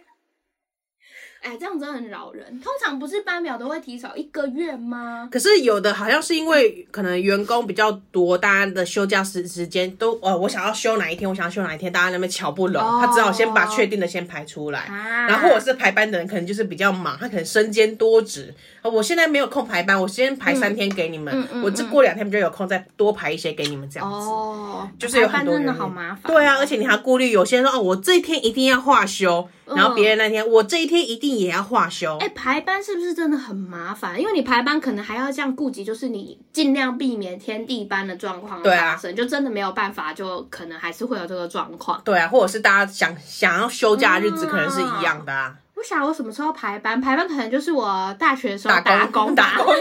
[SPEAKER 2] 哎，这样真的很扰人。通常不是班表都会提早一个月吗？
[SPEAKER 1] 可是有的好像是因为可能员工比较多，大家的休假时时间都哦，我想要休哪一天，我想要休哪一天，大家在那边瞧不拢，
[SPEAKER 2] 哦
[SPEAKER 1] 他只好先把确定的先排出来。
[SPEAKER 2] 啊
[SPEAKER 1] 然后我是排班的人，可能就是比较忙，他可能身兼多职。啊我现在没有空排班，我先排三天给你们，
[SPEAKER 2] 嗯嗯嗯
[SPEAKER 1] 我这过两天比较有空，再多排一些给你们这样子。
[SPEAKER 2] 哦，
[SPEAKER 1] 就是有
[SPEAKER 2] 排
[SPEAKER 1] 很
[SPEAKER 2] 班
[SPEAKER 1] 多
[SPEAKER 2] 真的
[SPEAKER 1] 原因
[SPEAKER 2] 好麻烦。哦
[SPEAKER 1] 对啊，而且你还要顾虑有些人说哦，我这一天一定要化休，
[SPEAKER 2] 嗯
[SPEAKER 1] 然后别人那天我这一天一定也要化休。
[SPEAKER 2] 哎，排班是不是真的很麻烦？因为你排班可能还要这样顾及，就是你尽量避免天地班的状况
[SPEAKER 1] 对啊
[SPEAKER 2] 发生，就真的没有办法，就可能还是会有这个状况。
[SPEAKER 1] 对啊，或者是大家想想要休假的日子可能是一样的啊。
[SPEAKER 2] 我想我什么时候排班？排班可能就是我大学的时候
[SPEAKER 1] 打工
[SPEAKER 2] 打工吧
[SPEAKER 1] 打工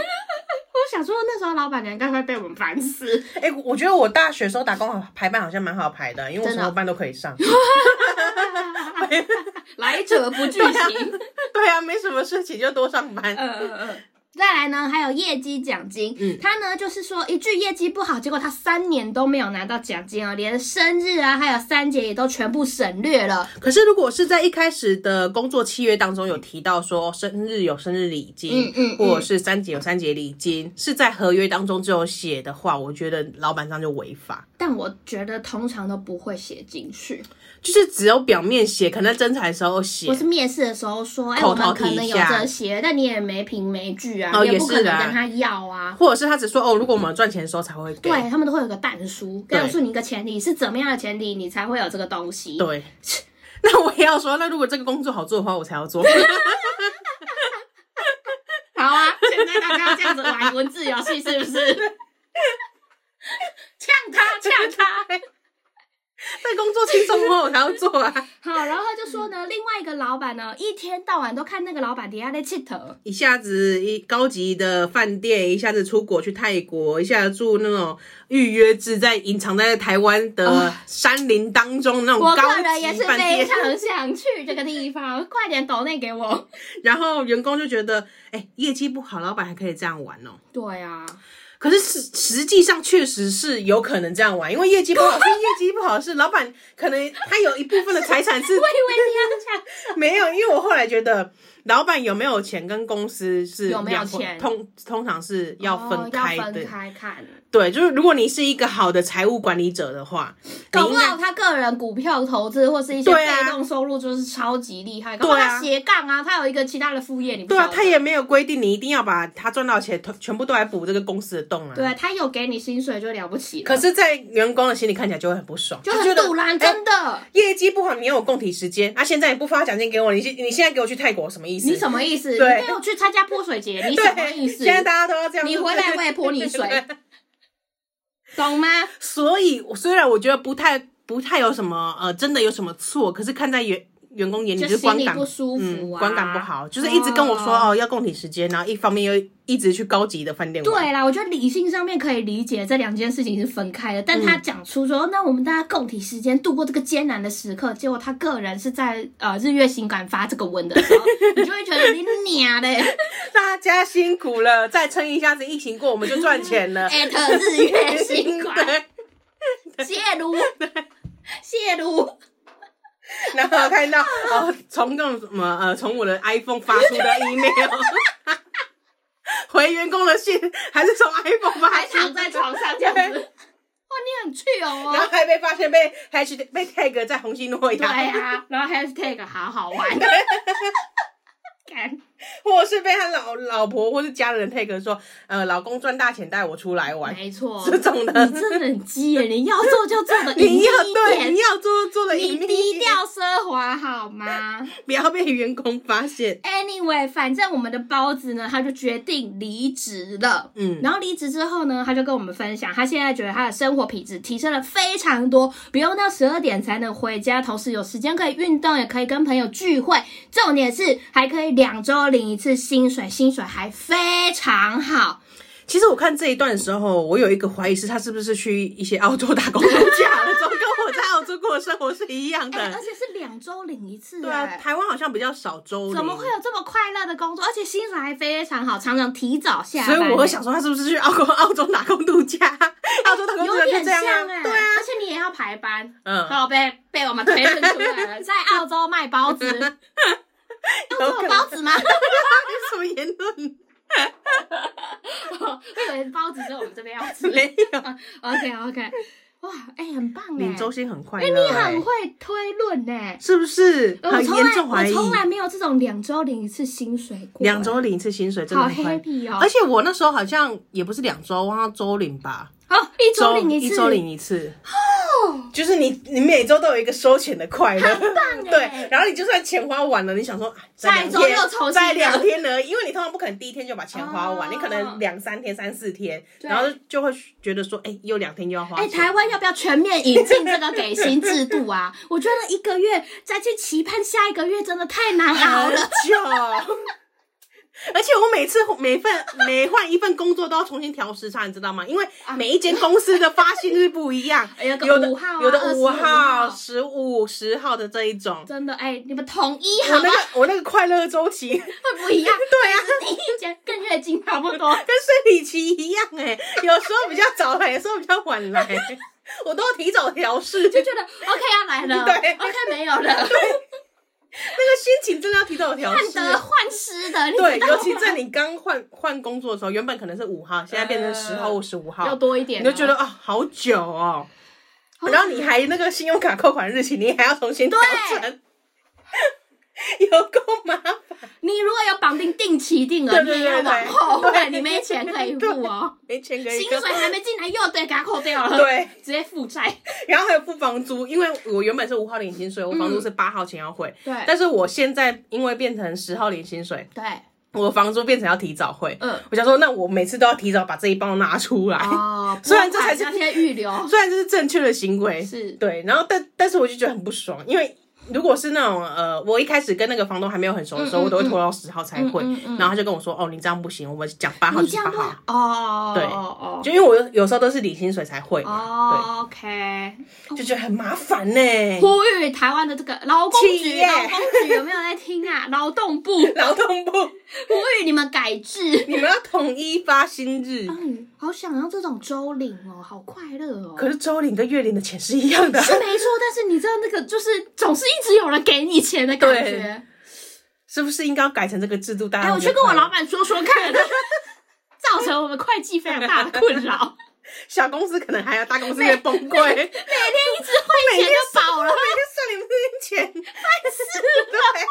[SPEAKER 2] 我想说那时候老板娘应该会被我们烦死。
[SPEAKER 1] 哎、我觉得我大学时候打工好排班好像蛮好排的，因为我什
[SPEAKER 2] 啊
[SPEAKER 1] 么班都可以上。
[SPEAKER 2] 来者不 拒
[SPEAKER 1] 啊对啊，没什么事情就多上班。
[SPEAKER 2] 嗯嗯嗯。再来呢，还有业绩奖金，
[SPEAKER 1] 嗯
[SPEAKER 2] 他呢就是说一句业绩不好，结果他三年都没有拿到奖金哦，连生日啊，还有三节也都全部省略了。
[SPEAKER 1] 可是如果是在一开始的工作契约当中有提到说生日有生日礼金，
[SPEAKER 2] 嗯嗯嗯
[SPEAKER 1] 或者是三节有三节礼金，是在合约当中就有写的话，我觉得老板这样就违法。
[SPEAKER 2] 但我觉得通常都不会写 进去，
[SPEAKER 1] 就是只有表面写，可能在征才的时候写
[SPEAKER 2] 我，是面试的时候说，哎，
[SPEAKER 1] 口
[SPEAKER 2] 我
[SPEAKER 1] 头
[SPEAKER 2] 们
[SPEAKER 1] 提
[SPEAKER 2] 可
[SPEAKER 1] 一下
[SPEAKER 2] 能有这些，但你也没凭没据啊，
[SPEAKER 1] 哦
[SPEAKER 2] 你也
[SPEAKER 1] 也
[SPEAKER 2] 不
[SPEAKER 1] 是
[SPEAKER 2] 可能
[SPEAKER 1] 啊
[SPEAKER 2] 跟他要啊。
[SPEAKER 1] 或者是他只说哦，如果我们赚钱的时候才会给。
[SPEAKER 2] 对他们都会有个蛋书，
[SPEAKER 1] 对
[SPEAKER 2] 告诉你一个前提是怎么样的前提，你才会有这个东西。
[SPEAKER 1] 对 那我也要说，那如果这个工作好做的话，我才要做。
[SPEAKER 2] 好啊，现在大家要这样子玩文字游戏是 不是？呛他，呛他。
[SPEAKER 1] 那工作轻松后我才要做啊。
[SPEAKER 2] 好，然后他就说呢，另外一个老板呢，一天到晚都看那个老板底下在气头，
[SPEAKER 1] 一下子一高级的饭店，一下子出国去泰国，一下子住那种预约制在隐藏在台湾的山林当中那种
[SPEAKER 2] 哦我
[SPEAKER 1] 高
[SPEAKER 2] 个人也
[SPEAKER 1] 级
[SPEAKER 2] 是
[SPEAKER 1] 饭
[SPEAKER 2] 非
[SPEAKER 1] 店，
[SPEAKER 2] 常想去这个地方，快点抖内给我。
[SPEAKER 1] 然后员工就觉得，哎、业绩不好，老板还可以这样玩哦。
[SPEAKER 2] 对啊，
[SPEAKER 1] 可是实实际上确实是有可能这样玩，因为业绩不好，是业绩不好是老板可能他有一部分的财产 是
[SPEAKER 2] 我以
[SPEAKER 1] 没有，因为我后来觉得，老板有没有钱跟公司是
[SPEAKER 2] 有没有
[SPEAKER 1] 两回
[SPEAKER 2] 钱
[SPEAKER 1] 通通常是
[SPEAKER 2] 为你要
[SPEAKER 1] 要
[SPEAKER 2] 讲
[SPEAKER 1] 分开
[SPEAKER 2] 哦要
[SPEAKER 1] 的。
[SPEAKER 2] 分开看，
[SPEAKER 1] 对，就是如果你是一个好的财务管理者的话，你
[SPEAKER 2] 搞不
[SPEAKER 1] 应该
[SPEAKER 2] 好他个人股票投资或是一些
[SPEAKER 1] 对啊
[SPEAKER 2] 被动收入就是超级厉害，搞不好
[SPEAKER 1] 对啊
[SPEAKER 2] 他斜杠啊，他有一个其他的副业，你不
[SPEAKER 1] 对啊，
[SPEAKER 2] 晓得
[SPEAKER 1] 他也没有规定你一定要把他赚到的钱全全部都来补这个公司的洞啊。
[SPEAKER 2] 对啊，他有给你薪水就了不起了，
[SPEAKER 1] 可是，在员工的心里看起来就会很不爽，
[SPEAKER 2] 就
[SPEAKER 1] 觉
[SPEAKER 2] 很
[SPEAKER 1] 得
[SPEAKER 2] 堵然，
[SPEAKER 1] 哎
[SPEAKER 2] 真的。
[SPEAKER 1] 业绩不好，你又有供体时间，啊，现在也不发奖金给我，你现你现在给我去泰国什么意思？
[SPEAKER 2] 你什么意思？你
[SPEAKER 1] 对
[SPEAKER 2] 没有去参加泼水节，你什么
[SPEAKER 1] 对
[SPEAKER 2] 意，思？
[SPEAKER 1] 现在大家都要这样，
[SPEAKER 2] 你回来我也泼你水，懂吗？
[SPEAKER 1] 所以我虽然我觉得不太不太有什么呃，真的有什么错，可是看在员员工眼里
[SPEAKER 2] 就
[SPEAKER 1] 就是
[SPEAKER 2] 心
[SPEAKER 1] 观
[SPEAKER 2] 里
[SPEAKER 1] 感
[SPEAKER 2] 不舒服
[SPEAKER 1] 嗯
[SPEAKER 2] 啊，
[SPEAKER 1] 观感不好，就是一直跟我说哦要供体时间，然后一方面又一直去高级的饭店玩。
[SPEAKER 2] 对啦，我觉得理性上面可以理解这两件事情是分开的，但他
[SPEAKER 1] 嗯
[SPEAKER 2] 讲出说，哦那我们大家共体时间度过这个艰难的时刻，结果他个人是在呃日月行感发这个文的时候，你就会觉得你娘 嘞，
[SPEAKER 1] 大家辛苦了，再撑一下子疫情过，我们就赚钱 了。
[SPEAKER 2] 艾特日月行馆，
[SPEAKER 1] 对，
[SPEAKER 2] 谢如，谢如。
[SPEAKER 1] 然后看 到哦，从那种什么呃，从我的 iPhone 发出的 email，回员工的信，还是从 iPhone 发
[SPEAKER 2] 还
[SPEAKER 1] 出的
[SPEAKER 2] 躺在床上这样子。哇，你很去哦
[SPEAKER 1] 然后
[SPEAKER 2] 哦。
[SPEAKER 1] 还被发现被 hash 被 tag 在红星诺
[SPEAKER 2] 对
[SPEAKER 1] 亚，
[SPEAKER 2] 啊，然后 hashtag 好好玩。 干
[SPEAKER 1] 或者是被他老老婆或是家人 tag 说，呃，老公赚大钱带我出来玩
[SPEAKER 2] 没错，
[SPEAKER 1] 这种
[SPEAKER 2] 你
[SPEAKER 1] 的，
[SPEAKER 2] 真的很鸡耶！你要做就做的，
[SPEAKER 1] 你要
[SPEAKER 2] 低
[SPEAKER 1] 对
[SPEAKER 2] 点
[SPEAKER 1] 你，要做做的
[SPEAKER 2] 你低，调奢华好吗
[SPEAKER 1] 不要被员工发现。
[SPEAKER 2] ？Anyway，反正我们的包子呢，他就决定离职了。
[SPEAKER 1] 嗯，
[SPEAKER 2] 然后离职之后呢，他就跟我们分享，他现在觉得他的生活品质提升了非常多，不用到十二点才能回家，同时有时间可以运动，也可以跟朋友聚会。重点是还可以两周领一次薪水，薪水还非常好。
[SPEAKER 1] 其实我看这一段的时候，我有一个怀疑是他是不是去一些澳洲打工度假了，总跟我在澳洲过的生活是一样
[SPEAKER 2] 哎、而
[SPEAKER 1] 的。
[SPEAKER 2] 且是两周领一次、
[SPEAKER 1] 对啊，
[SPEAKER 2] 哎
[SPEAKER 1] 台湾好像比较少周龄
[SPEAKER 2] 怎么会有这么快乐的工作？而且薪水还非常好，常常提早下
[SPEAKER 1] 所
[SPEAKER 2] 班。
[SPEAKER 1] 以我会想说，他是不是去澳澳洲打工度假？澳洲打工度
[SPEAKER 2] 有
[SPEAKER 1] 假
[SPEAKER 2] 点
[SPEAKER 1] 就这样
[SPEAKER 2] 像哎、
[SPEAKER 1] 啊，对啊，
[SPEAKER 2] 而且你也要排班，
[SPEAKER 1] 嗯，
[SPEAKER 2] 好被被我们推论 出来了，在澳洲卖包子，澳
[SPEAKER 1] 有
[SPEAKER 2] 洲
[SPEAKER 1] 可
[SPEAKER 2] 有
[SPEAKER 1] 能
[SPEAKER 2] 包子吗？
[SPEAKER 1] 什么言论？
[SPEAKER 2] 我以为包子只有我们这边要吃。
[SPEAKER 1] 没有，
[SPEAKER 2] OK OK，哇，哎、很棒哎、
[SPEAKER 1] 你周星很快
[SPEAKER 2] 哎、
[SPEAKER 1] 乐、
[SPEAKER 2] 你
[SPEAKER 1] 哎
[SPEAKER 2] 很会推论呢、
[SPEAKER 1] 是不是？
[SPEAKER 2] 我
[SPEAKER 1] 很
[SPEAKER 2] 从
[SPEAKER 1] 严
[SPEAKER 2] 来
[SPEAKER 1] 重怀
[SPEAKER 2] 我
[SPEAKER 1] 疑，
[SPEAKER 2] 从来没有这种两周领一次薪水过、欸
[SPEAKER 1] 两周领一次薪水真的
[SPEAKER 2] 好
[SPEAKER 1] 很快乐。
[SPEAKER 2] happy 哦、
[SPEAKER 1] 而且我那时候好像也不是两周，忘了周领吧，
[SPEAKER 2] 哦，一周领次，
[SPEAKER 1] 一周领一次。哦，就是你，你每周都有一个收钱的快乐，
[SPEAKER 2] 棒哎
[SPEAKER 1] 对。然后你就算钱花完了，你想说，哎
[SPEAKER 2] 下一周
[SPEAKER 1] 再两天
[SPEAKER 2] 又重新
[SPEAKER 1] 再
[SPEAKER 2] 了
[SPEAKER 1] 两天而已，因为你通常不可能第一天就把钱花完，
[SPEAKER 2] 哦
[SPEAKER 1] 你可能两三天、三四天，
[SPEAKER 2] 对
[SPEAKER 1] 然后就会觉得说，哎、又两天又要花
[SPEAKER 2] 哎、
[SPEAKER 1] 钱。
[SPEAKER 2] 台湾要不要全面引进这个给薪制度啊？ 我觉得一个月再去期盼下一个月真的太难熬
[SPEAKER 1] 好
[SPEAKER 2] 了。
[SPEAKER 1] 久。 而且我每次每份每换一份工作都要重新调时差，你知道吗？因为每一间公司的发薪日不一样，
[SPEAKER 2] 啊 哎有个
[SPEAKER 1] 有的
[SPEAKER 2] 5号啊
[SPEAKER 1] 有的
[SPEAKER 2] 25号
[SPEAKER 1] 号、十五、十号的这一 种。
[SPEAKER 2] 真的哎、你们
[SPEAKER 3] 统一
[SPEAKER 1] 我
[SPEAKER 3] 好
[SPEAKER 1] 那
[SPEAKER 3] 吗？
[SPEAKER 1] 个我那个快乐周期跟
[SPEAKER 2] 会不一样，对啊，第一节跟月经差不多，
[SPEAKER 1] 生理期一样哎、有时候比较早来，有时候比较晚 来，我都要提早调试。
[SPEAKER 2] 就觉得 OK 要来了
[SPEAKER 1] 对
[SPEAKER 2] ，OK 没有 了，
[SPEAKER 1] 那个心情真的要提早调
[SPEAKER 3] 患
[SPEAKER 1] 试。
[SPEAKER 3] 得患失的，你
[SPEAKER 1] 对，
[SPEAKER 3] 知道吗
[SPEAKER 1] 尤其在你刚换换工作的时候，原本可能是五号，现在变成十
[SPEAKER 2] 呃
[SPEAKER 1] 号或十五号，
[SPEAKER 2] 要多一点
[SPEAKER 1] 你
[SPEAKER 2] 哦，
[SPEAKER 1] 就觉得啊、好久哦。然后你还那个信用卡扣款日期，你还要重新调整， 有够麻烦。
[SPEAKER 2] 你如果有绑定定期定额，
[SPEAKER 1] 对
[SPEAKER 2] 你
[SPEAKER 1] 对
[SPEAKER 2] 也要
[SPEAKER 1] 对
[SPEAKER 2] 往
[SPEAKER 1] 对
[SPEAKER 2] 后
[SPEAKER 1] 对
[SPEAKER 2] 汇， 你没钱可以 付哦，
[SPEAKER 1] 没钱可以
[SPEAKER 2] 薪
[SPEAKER 1] 跟
[SPEAKER 2] 水还 没进来又得给它扣掉了，，
[SPEAKER 1] 对，
[SPEAKER 2] 直接负债，
[SPEAKER 1] 然后还有付房租，因为我原本是五号领薪水，我房租是八号前要汇，
[SPEAKER 2] 嗯对
[SPEAKER 1] 但是我现在因为变成十号领薪水，
[SPEAKER 2] 对，
[SPEAKER 1] 我房租变成要提早汇。
[SPEAKER 2] 嗯，
[SPEAKER 1] 我想说，那我每次都要提早把这一包拿出来，
[SPEAKER 2] 哦，
[SPEAKER 1] 虽然这才是
[SPEAKER 2] 拨款要先预留，
[SPEAKER 1] 虽然这是正确的行为，
[SPEAKER 2] 是
[SPEAKER 1] 对，然后但但是我就觉得很不爽，因为如果是那种呃，我一开始跟那个房东还没有很熟的时候，
[SPEAKER 2] 嗯嗯
[SPEAKER 1] 我都会拖到十号才会，
[SPEAKER 2] 嗯嗯嗯
[SPEAKER 1] 然后他就跟我说，哦，你这样不行，我们讲八号
[SPEAKER 2] 你
[SPEAKER 1] 就
[SPEAKER 2] 这
[SPEAKER 1] 是
[SPEAKER 2] 样
[SPEAKER 1] 八号，
[SPEAKER 2] 不哦，
[SPEAKER 1] 对
[SPEAKER 2] 哦
[SPEAKER 1] 就因为我有有时候都是领薪水才会嘛，
[SPEAKER 2] 哦，OK，
[SPEAKER 1] 对，就觉得很麻烦呢、
[SPEAKER 2] 呼吁台湾的这个劳工
[SPEAKER 1] 哎企
[SPEAKER 2] 局，
[SPEAKER 1] 业
[SPEAKER 2] 劳工局有没有在听 啊？劳动部
[SPEAKER 1] 劳动部，
[SPEAKER 2] 呼吁你们改 制。
[SPEAKER 1] 你们要统一发薪日，
[SPEAKER 3] 嗯，好想要这种周领哦，好快乐哦。
[SPEAKER 1] 可是周领跟月领的钱是一样的，啊
[SPEAKER 2] 是没错，但是你知道那个就是总是一直有人给你钱的感觉。
[SPEAKER 1] 是不是应该要改成这个制度？大家
[SPEAKER 2] 哎，我
[SPEAKER 1] 觉
[SPEAKER 2] 去
[SPEAKER 1] 得
[SPEAKER 2] 跟我
[SPEAKER 1] 快乐
[SPEAKER 2] 老板说说 看，造成我们会计非常大的困 扰，
[SPEAKER 1] 小公司可能还有大公司会崩溃， 每天
[SPEAKER 2] 每天一直汇钱就饱了。
[SPEAKER 1] 算你们这 些钱，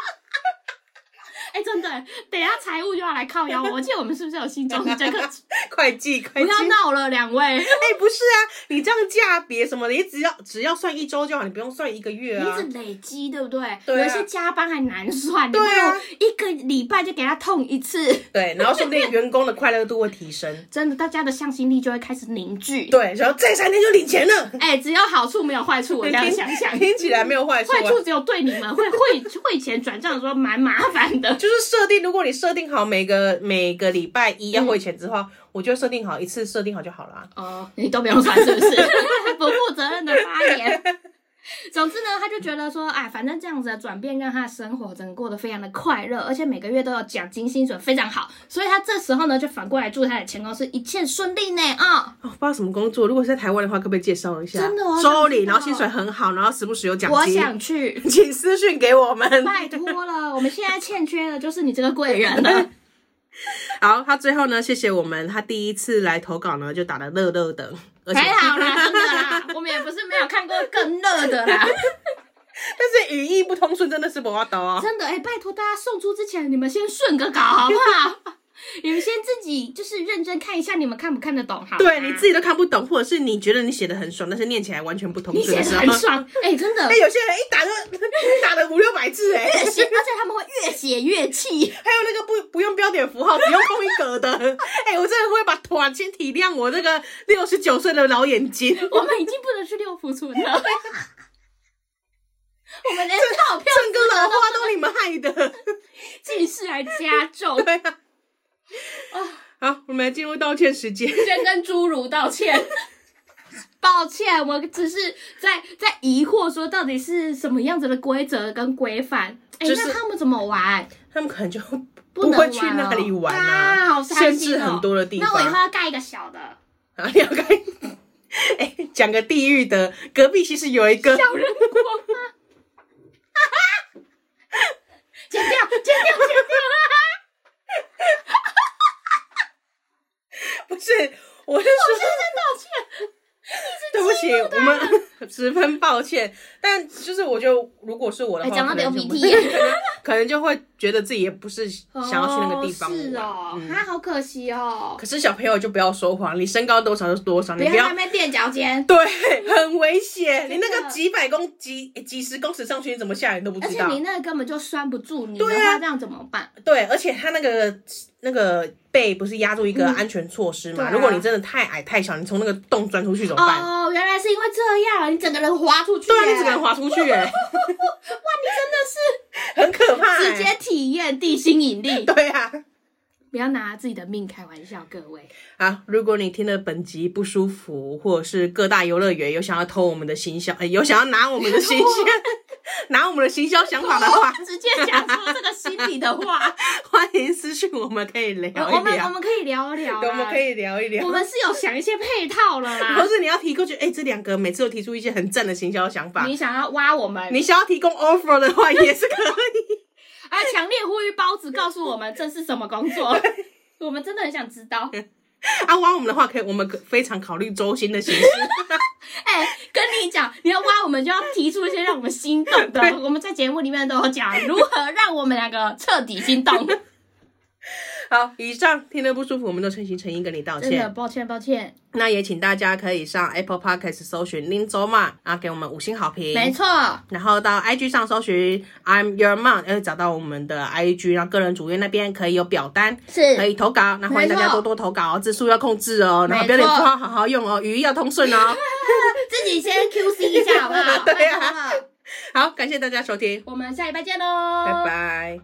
[SPEAKER 2] 哎，真的，等一下财务就要来靠腰我。我记得我们是不是有心中 这个？
[SPEAKER 1] 会计
[SPEAKER 2] 不
[SPEAKER 1] 会计
[SPEAKER 2] 要闹了，两位。
[SPEAKER 1] 哎、不是啊，你这样价别什么的，你只要只要算一周就好，你不用算一个月
[SPEAKER 2] 你一
[SPEAKER 1] 啊
[SPEAKER 2] 直。累积，对不对？
[SPEAKER 1] 对啊
[SPEAKER 2] 有一些加班还难算，你
[SPEAKER 1] 对啊
[SPEAKER 2] 不如一个礼拜就给他痛一次，
[SPEAKER 1] 对，然后说不定员工的快乐度会提 升。
[SPEAKER 2] 真的，大家的向心力就会开始凝聚。
[SPEAKER 1] 对，然后再三天就领钱了。
[SPEAKER 2] 哎、只有好处没有坏处，我这样想想，
[SPEAKER 1] 听听起来没有坏处、啊
[SPEAKER 2] 坏。处只有对你们会 汇汇钱转账的时候蛮麻烦的。
[SPEAKER 1] 就是设定，如果你设定好每个每个礼拜一要汇钱之后，我就设定好一次设定好就好了、啊。
[SPEAKER 2] 嗯哦，你都不用算是不 是？不负责任的发言。总之呢，他就觉得说，哎，反正这样子的转变让他的生活真的过得非常的快乐，而且每个月都有奖金，薪水非常好，所以他这时候呢就反过来祝他的前公司一切顺利呢啊、
[SPEAKER 1] 哦，不知道什么工作，如果是在台湾的话，可不可以介绍一下？
[SPEAKER 3] 真
[SPEAKER 2] 哦
[SPEAKER 3] 的我好想
[SPEAKER 1] 周领，
[SPEAKER 3] 知道
[SPEAKER 1] 然后薪水很好，然后时不时有奖
[SPEAKER 2] 我
[SPEAKER 1] 金。
[SPEAKER 2] 想去，
[SPEAKER 1] 请私讯给我们。
[SPEAKER 2] 拜托了，我们现在欠缺的就是你这个贵人啊了。
[SPEAKER 1] 好，他最后呢，谢谢我们，他第一次来投稿呢，就打的乐乐的，而且
[SPEAKER 2] 还哎好啦，真的啦，我们也不是没有看过更热的 啦。
[SPEAKER 1] 但是语义不通顺，真的是不要抖哦。
[SPEAKER 2] 真的哎、拜托大家送出之前，你们先顺个稿好不好？你们先自己就是认真看一下，你们看不看得懂好吗？
[SPEAKER 1] 对，你自己都看不懂，或者是你觉得你写的很爽，但是念起来完全不通
[SPEAKER 2] 你
[SPEAKER 1] 顺的
[SPEAKER 2] 写的
[SPEAKER 1] 时候
[SPEAKER 2] 很，爽，哎、真的
[SPEAKER 1] 哎、。有些人一打就打了五六百字 哎、
[SPEAKER 2] 而且而且他们会越写 越气，
[SPEAKER 1] 还有那个不不用标点符号，只用空一格的， 哎、我真的会把团先体谅我这个六十九岁的老眼 睛。
[SPEAKER 2] 我们已经不能去六福村了， 我们连套票
[SPEAKER 1] 整个老花都你们害的，
[SPEAKER 2] 近视来加重，
[SPEAKER 1] 对啊。好，我们来进入道歉时间。
[SPEAKER 2] 先跟侏儒道歉。 抱歉，我只是在在疑惑说到底是什么样子的规则跟规范。哎、
[SPEAKER 1] 就是
[SPEAKER 2] 那他们怎么玩？
[SPEAKER 1] 他们可 能就
[SPEAKER 2] 不
[SPEAKER 1] 不
[SPEAKER 2] 能玩
[SPEAKER 1] 会
[SPEAKER 2] 哦
[SPEAKER 1] 去那里玩
[SPEAKER 2] 啊好伤心哦
[SPEAKER 1] 限制很多的地方。
[SPEAKER 2] 那我以后要盖一个小的，
[SPEAKER 1] 啊，你要看， 哎、讲个地狱的，隔壁其实有一个，
[SPEAKER 2] 小人国吗？剪掉，剪掉，剪掉！
[SPEAKER 1] 不是，我是说，
[SPEAKER 2] 真的
[SPEAKER 1] 对不起，我
[SPEAKER 2] 啊
[SPEAKER 1] 们 十分抱歉，但就是我就如果是我的
[SPEAKER 2] 哎
[SPEAKER 1] 话，
[SPEAKER 2] 讲到
[SPEAKER 1] 可能
[SPEAKER 2] 流
[SPEAKER 1] 就
[SPEAKER 2] 鼻
[SPEAKER 1] 会
[SPEAKER 2] 涕
[SPEAKER 1] 可能可能就会觉得自己也不是
[SPEAKER 2] 道歉，
[SPEAKER 1] 想要去那个地方
[SPEAKER 2] 哦
[SPEAKER 1] 玩。嗯
[SPEAKER 2] 是哦，啊，好可惜哦，
[SPEAKER 1] 可是小朋友就不要说谎，你身高多少就是多少，
[SPEAKER 2] 不
[SPEAKER 1] 你
[SPEAKER 2] 要
[SPEAKER 1] 不
[SPEAKER 2] 在
[SPEAKER 1] 要
[SPEAKER 2] 那边垫脚尖，
[SPEAKER 1] 对，很危险。你
[SPEAKER 2] 真的
[SPEAKER 1] 那个几百公几几十公尺上去，你怎么下来你都不
[SPEAKER 2] 而
[SPEAKER 1] 知
[SPEAKER 2] 且
[SPEAKER 1] 道。
[SPEAKER 2] 你那个根本就拴不住你，的
[SPEAKER 1] 对啊
[SPEAKER 2] 话这样怎么办？
[SPEAKER 1] 对，而且他那个那个背不是压住一个安全措施
[SPEAKER 2] 嗯对
[SPEAKER 1] 嘛？
[SPEAKER 2] 啊
[SPEAKER 1] 如果你真的太矮太小，你从那个洞钻出去怎么办？
[SPEAKER 2] 哦，原来是因为这样，你整个人滑出去，
[SPEAKER 1] 对啊，你只能，滑出去、 欸，
[SPEAKER 2] 哇，你真的是
[SPEAKER 1] 很可怕、欸。
[SPEAKER 2] 直接体验地心引力，
[SPEAKER 1] 对啊，
[SPEAKER 2] 不要拿自己的命开玩笑，各位。
[SPEAKER 1] 好，如果你听了本集不舒服，或者是各大游乐园有想要偷我们的行销，呃有想要拿我们的行销， 拿我们的行销想法的话，
[SPEAKER 2] 直接讲出这个心里的话，
[SPEAKER 1] 欢迎私讯我们，可以 聊
[SPEAKER 2] 哦我
[SPEAKER 1] 一
[SPEAKER 2] 们我
[SPEAKER 1] 聊，
[SPEAKER 2] 们可以聊聊啦，
[SPEAKER 1] 我们可以聊一聊
[SPEAKER 2] 我。们是啊有想一些配套了
[SPEAKER 1] 或
[SPEAKER 2] 啦。
[SPEAKER 1] 是你要提过去，哎、这两个每次都提出一些很赞的行销想法
[SPEAKER 2] 你，想要挖我们，
[SPEAKER 1] 你想要提供 offer 的话也是可以。
[SPEAKER 2] 啊，强烈呼吁包子告诉我们这是什么 工作，我们真的很想知道。
[SPEAKER 1] 啊，挖我们的话可以，我们可非常考虑周薪的形 式。
[SPEAKER 2] 哎、跟你讲，你要挖我们就要提出一些让我们心 动的。我们在节目里面都有讲如何让我们两个彻底心动。
[SPEAKER 1] 好，以上听得不舒服，我们都诚心诚意跟你道
[SPEAKER 2] 真的，
[SPEAKER 1] 歉。
[SPEAKER 2] 抱歉，抱歉。
[SPEAKER 1] 那也请大家可以上 Apple Podcast 搜寻林周嘛，然后给我们五星好评。
[SPEAKER 2] 没错，
[SPEAKER 1] 然后到 IG 上搜寻 I'm Your Mom，呃，找到我们的 IG，然后个人主页那边可以有表单，可
[SPEAKER 2] 是
[SPEAKER 1] 以投稿。那欢迎大
[SPEAKER 2] 没
[SPEAKER 1] 家
[SPEAKER 2] 错
[SPEAKER 1] 多多投稿哦，字数要控制哦，然后标点符号好好用哦，语义要通顺哦。
[SPEAKER 2] 自己先 QC 一下好不好？
[SPEAKER 1] 对啊
[SPEAKER 2] 拜托了
[SPEAKER 1] 好，感谢大家收听，
[SPEAKER 2] 我们下礼拜见喽，
[SPEAKER 1] 拜拜。